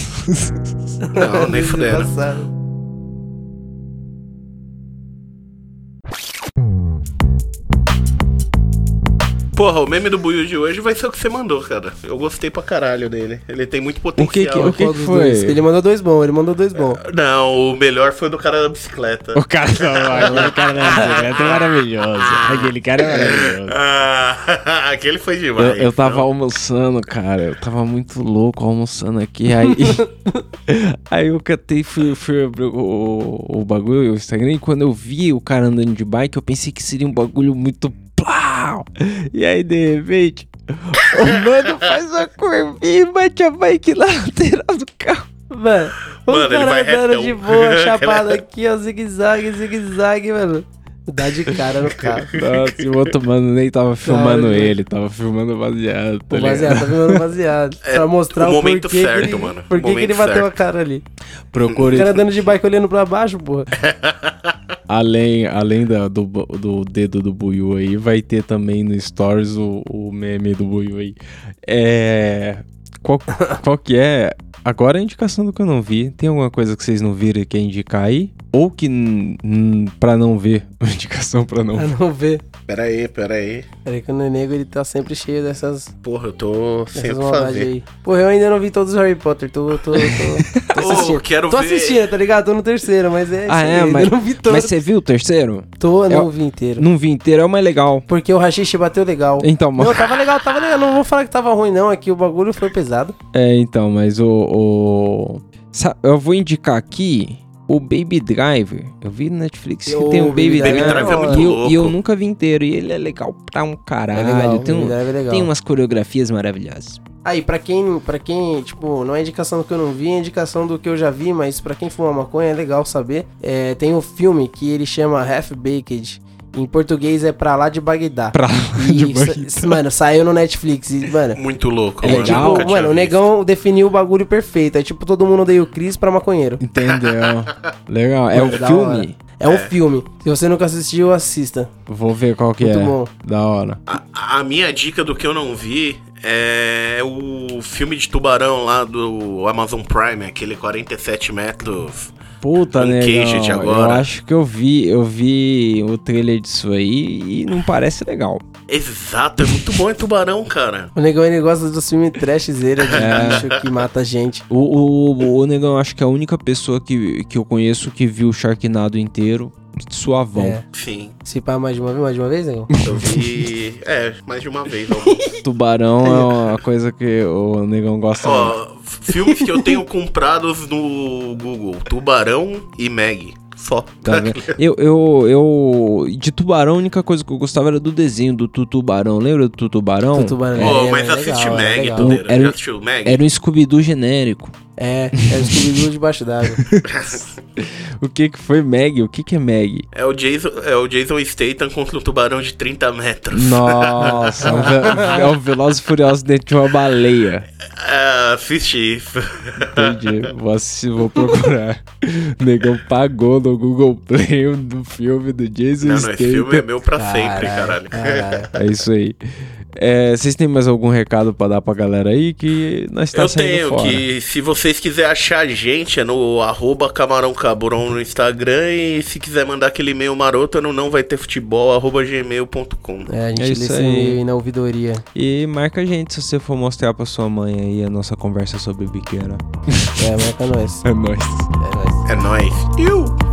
Speaker 5: Não, nem fudendo.
Speaker 4: Embaçado.
Speaker 5: Porra, o meme do Buiu de hoje vai ser o que você mandou, cara. Eu gostei pra caralho dele. Ele tem muito potencial.
Speaker 3: que- o que-
Speaker 4: Qual dos
Speaker 3: foi?
Speaker 4: dois? Ele mandou dois bons, ele mandou dois bons.
Speaker 5: Não, o melhor foi o do cara da bicicleta.
Speaker 3: (laughs) O cara não, o cara é (laughs) maravilhoso. Aquele cara é maravilhoso.
Speaker 5: Ah, (laughs) aquele foi
Speaker 3: Eu,
Speaker 5: demais.
Speaker 3: eu tava
Speaker 5: Não.
Speaker 3: almoçando, cara. Eu tava muito louco almoçando aqui. Aí, (laughs) aí eu catei, fui, fui abrir o, o, o bagulho, o Instagram. E quando eu vi o cara andando de bike, eu pensei que seria um bagulho muito plau. E aí, de repente, o mano faz uma curvinha e bate a bike na lateral do carro.
Speaker 4: Mano, o
Speaker 5: Mano, ele
Speaker 4: cara
Speaker 5: vai é um
Speaker 4: andando
Speaker 5: retão.
Speaker 4: de boa, chapado aqui, ó, zigue-zague, zigue-zague, mano. Dá de cara no
Speaker 5: (laughs)
Speaker 4: carro.
Speaker 3: Nossa, e o outro mano nem tava filmando
Speaker 4: mano.
Speaker 3: ele, tava filmando o baseado, tá
Speaker 4: O
Speaker 3: ligado?
Speaker 4: baseado, tá filmando o baseado.
Speaker 5: É,
Speaker 4: pra mostrar
Speaker 5: o
Speaker 4: o,
Speaker 5: momento
Speaker 4: porquê
Speaker 5: certo,
Speaker 4: que ele,
Speaker 5: mano.
Speaker 4: Por que que
Speaker 5: Momento
Speaker 4: ele bateu
Speaker 5: certo.
Speaker 4: a cara ali.
Speaker 3: Procure
Speaker 4: O cara andando de bike olhando pra baixo,
Speaker 5: (laughs)
Speaker 4: porra.
Speaker 3: além, além da- do, do dedo do Buiu aí, vai ter também no Stories o, o meme do Buiu aí. É.
Speaker 4: (laughs)
Speaker 3: Qual, qual que é? Agora a indicação do que eu não vi. Tem alguma coisa que vocês não viram e quer indicar aí? Ou que n- n- pra não ver? (laughs) Uma indicação pra não
Speaker 4: Pra
Speaker 3: ver.
Speaker 4: não ver.
Speaker 5: Pera aí, pera aí.
Speaker 4: Peraí, que o Nenego, ele tá sempre cheio dessas,
Speaker 5: Porra, eu tô sem
Speaker 4: dessas
Speaker 5: o que fazer.
Speaker 4: maldades aí. Porra, eu ainda não vi todos os Harry Potter, tô,
Speaker 5: (laughs)
Speaker 4: tô, tô, tô
Speaker 5: Ô,
Speaker 4: assistindo.
Speaker 5: quero
Speaker 4: tô
Speaker 5: ver.
Speaker 4: assistindo, tá ligado? Tô no terceiro, mas é isso
Speaker 3: Ah,
Speaker 4: aí,
Speaker 3: é?
Speaker 4: ainda
Speaker 3: Mas,
Speaker 4: não vi todos.
Speaker 3: mas você viu o terceiro?
Speaker 4: Tô, não
Speaker 3: Eu-
Speaker 4: vi inteiro.
Speaker 3: Não vi inteiro, é o mais legal.
Speaker 4: Porque o rachixe bateu legal.
Speaker 3: Então, mas-
Speaker 4: Não, tava legal, tava legal. Não vou falar que tava ruim, não. É que o bagulho foi pesado.
Speaker 3: É, então, mas o. o- Sa- Eu vou indicar aqui o Baby Driver. Eu vi no Netflix que
Speaker 4: Eu-
Speaker 3: tem o
Speaker 4: o
Speaker 3: Baby,
Speaker 4: Baby
Speaker 3: Driver.
Speaker 4: Driver é muito
Speaker 3: e, eu,
Speaker 5: louco.
Speaker 3: e eu nunca vi inteiro. E ele é legal pra um caralho.
Speaker 4: é legal,
Speaker 3: tem, um-
Speaker 4: o drive é legal.
Speaker 3: tem umas coreografias maravilhosas.
Speaker 4: Aí, pra quem, pra quem, tipo, não é indicação do que eu não vi, é indicação do que eu já vi, mas pra quem fuma maconha é legal saber. É, tem um filme que ele chama Half Baked. Em português é Pra Lá de Bagdá.
Speaker 3: Pra
Speaker 4: (laughs) E sa- Mano, saiu no Netflix e, mano...
Speaker 5: Muito louco,
Speaker 3: É
Speaker 5: mano.
Speaker 3: legal.
Speaker 5: Nunca
Speaker 4: Tipo,
Speaker 5: tinha
Speaker 4: mano, o
Speaker 5: visto.
Speaker 4: negão definiu o bagulho perfeito. É tipo, todo mundo odeia o Chris pra maconheiro.
Speaker 3: Entendeu? legal. É um
Speaker 4: Mano, da
Speaker 3: filme.
Speaker 4: É um filme. Se você nunca assistiu, assista.
Speaker 3: Vou ver qual que
Speaker 4: Muito
Speaker 3: é.
Speaker 4: bom.
Speaker 3: Da hora.
Speaker 5: A, a minha dica do que eu não vi é o filme de tubarão lá do Amazon Prime, aquele 47 metros.
Speaker 3: Puta,
Speaker 5: Um
Speaker 3: né?
Speaker 5: queijo de
Speaker 3: Eu
Speaker 5: agora.
Speaker 3: acho que eu vi, eu vi o trailer disso aí e não parece legal.
Speaker 5: Exato, é muito bom é tubarão, cara.
Speaker 4: O negão, ele gosta dos filmes trashzeira de
Speaker 3: É.
Speaker 4: bicho que mata gente.
Speaker 3: O, o, o Negão, acho que é a única pessoa que, que eu conheço que viu o Sharknado inteiro suavão.
Speaker 4: É.
Speaker 5: Sim,
Speaker 4: Se pá mais de uma vez, mais de uma vez, negão?
Speaker 5: eu vi. é, mais de uma vez. algum.
Speaker 3: Tubarão é uma coisa que o Negão gosta muito.
Speaker 5: Ó, filmes que eu tenho comprados no Google: Tubarão e Meg. Só.
Speaker 3: Tá
Speaker 5: (laughs)
Speaker 3: vendo? eu, eu, eu. De tubarão, a única coisa que eu gostava era do desenho do Tutubarão. Lembra do Tutubarão?
Speaker 4: Do Tubarão.
Speaker 5: Ô,
Speaker 4: É,
Speaker 5: mas
Speaker 4: é
Speaker 5: assisti
Speaker 4: legal, é
Speaker 5: Meg,
Speaker 4: legal.
Speaker 5: então. Tudeiro.
Speaker 3: Era-
Speaker 5: Já assistiu Meg?
Speaker 3: Era um Scooby-Doo genérico.
Speaker 4: É, é o Scooby-Doo debaixo d'água.
Speaker 3: O que que foi Meg? O que que é Meg?
Speaker 5: (laughs) É o Jason, é o Jason Statham contra um tubarão de 30
Speaker 3: Hum.
Speaker 5: metros.
Speaker 3: Nossa, é um ve- é um Veloz e Furioso dentro de uma baleia.
Speaker 5: Ah, assisti isso.
Speaker 3: Entendi. Vou, assistir, vou procurar. (laughs) O negão pagou no Google Play o do filme do Jason
Speaker 5: Não, não, esse filme é
Speaker 3: Statham.
Speaker 5: meu pra sempre,
Speaker 4: Caralho,
Speaker 5: caralho.
Speaker 4: caralho.
Speaker 3: É isso aí. É, vocês têm mais algum recado pra dar pra galera aí? Que nós está
Speaker 5: Eu
Speaker 3: saindo
Speaker 5: tenho
Speaker 3: fora.
Speaker 5: que, se vocês quiserem achar a gente, é no arroba camarão caburão no Instagram e se quiser mandar aquele e-mail maroto no não vai ter futebol, arroba gmail.com.
Speaker 4: É, a gente
Speaker 3: É
Speaker 4: lê
Speaker 3: isso
Speaker 4: esse
Speaker 3: aí.
Speaker 4: e-mail aí na ouvidoria.
Speaker 3: E marca a gente se você for mostrar pra sua mãe aí a nossa conversa sobre biqueira.
Speaker 4: É, marca nós.
Speaker 3: É nóis.
Speaker 4: É nóis.
Speaker 5: É nóis. Iu!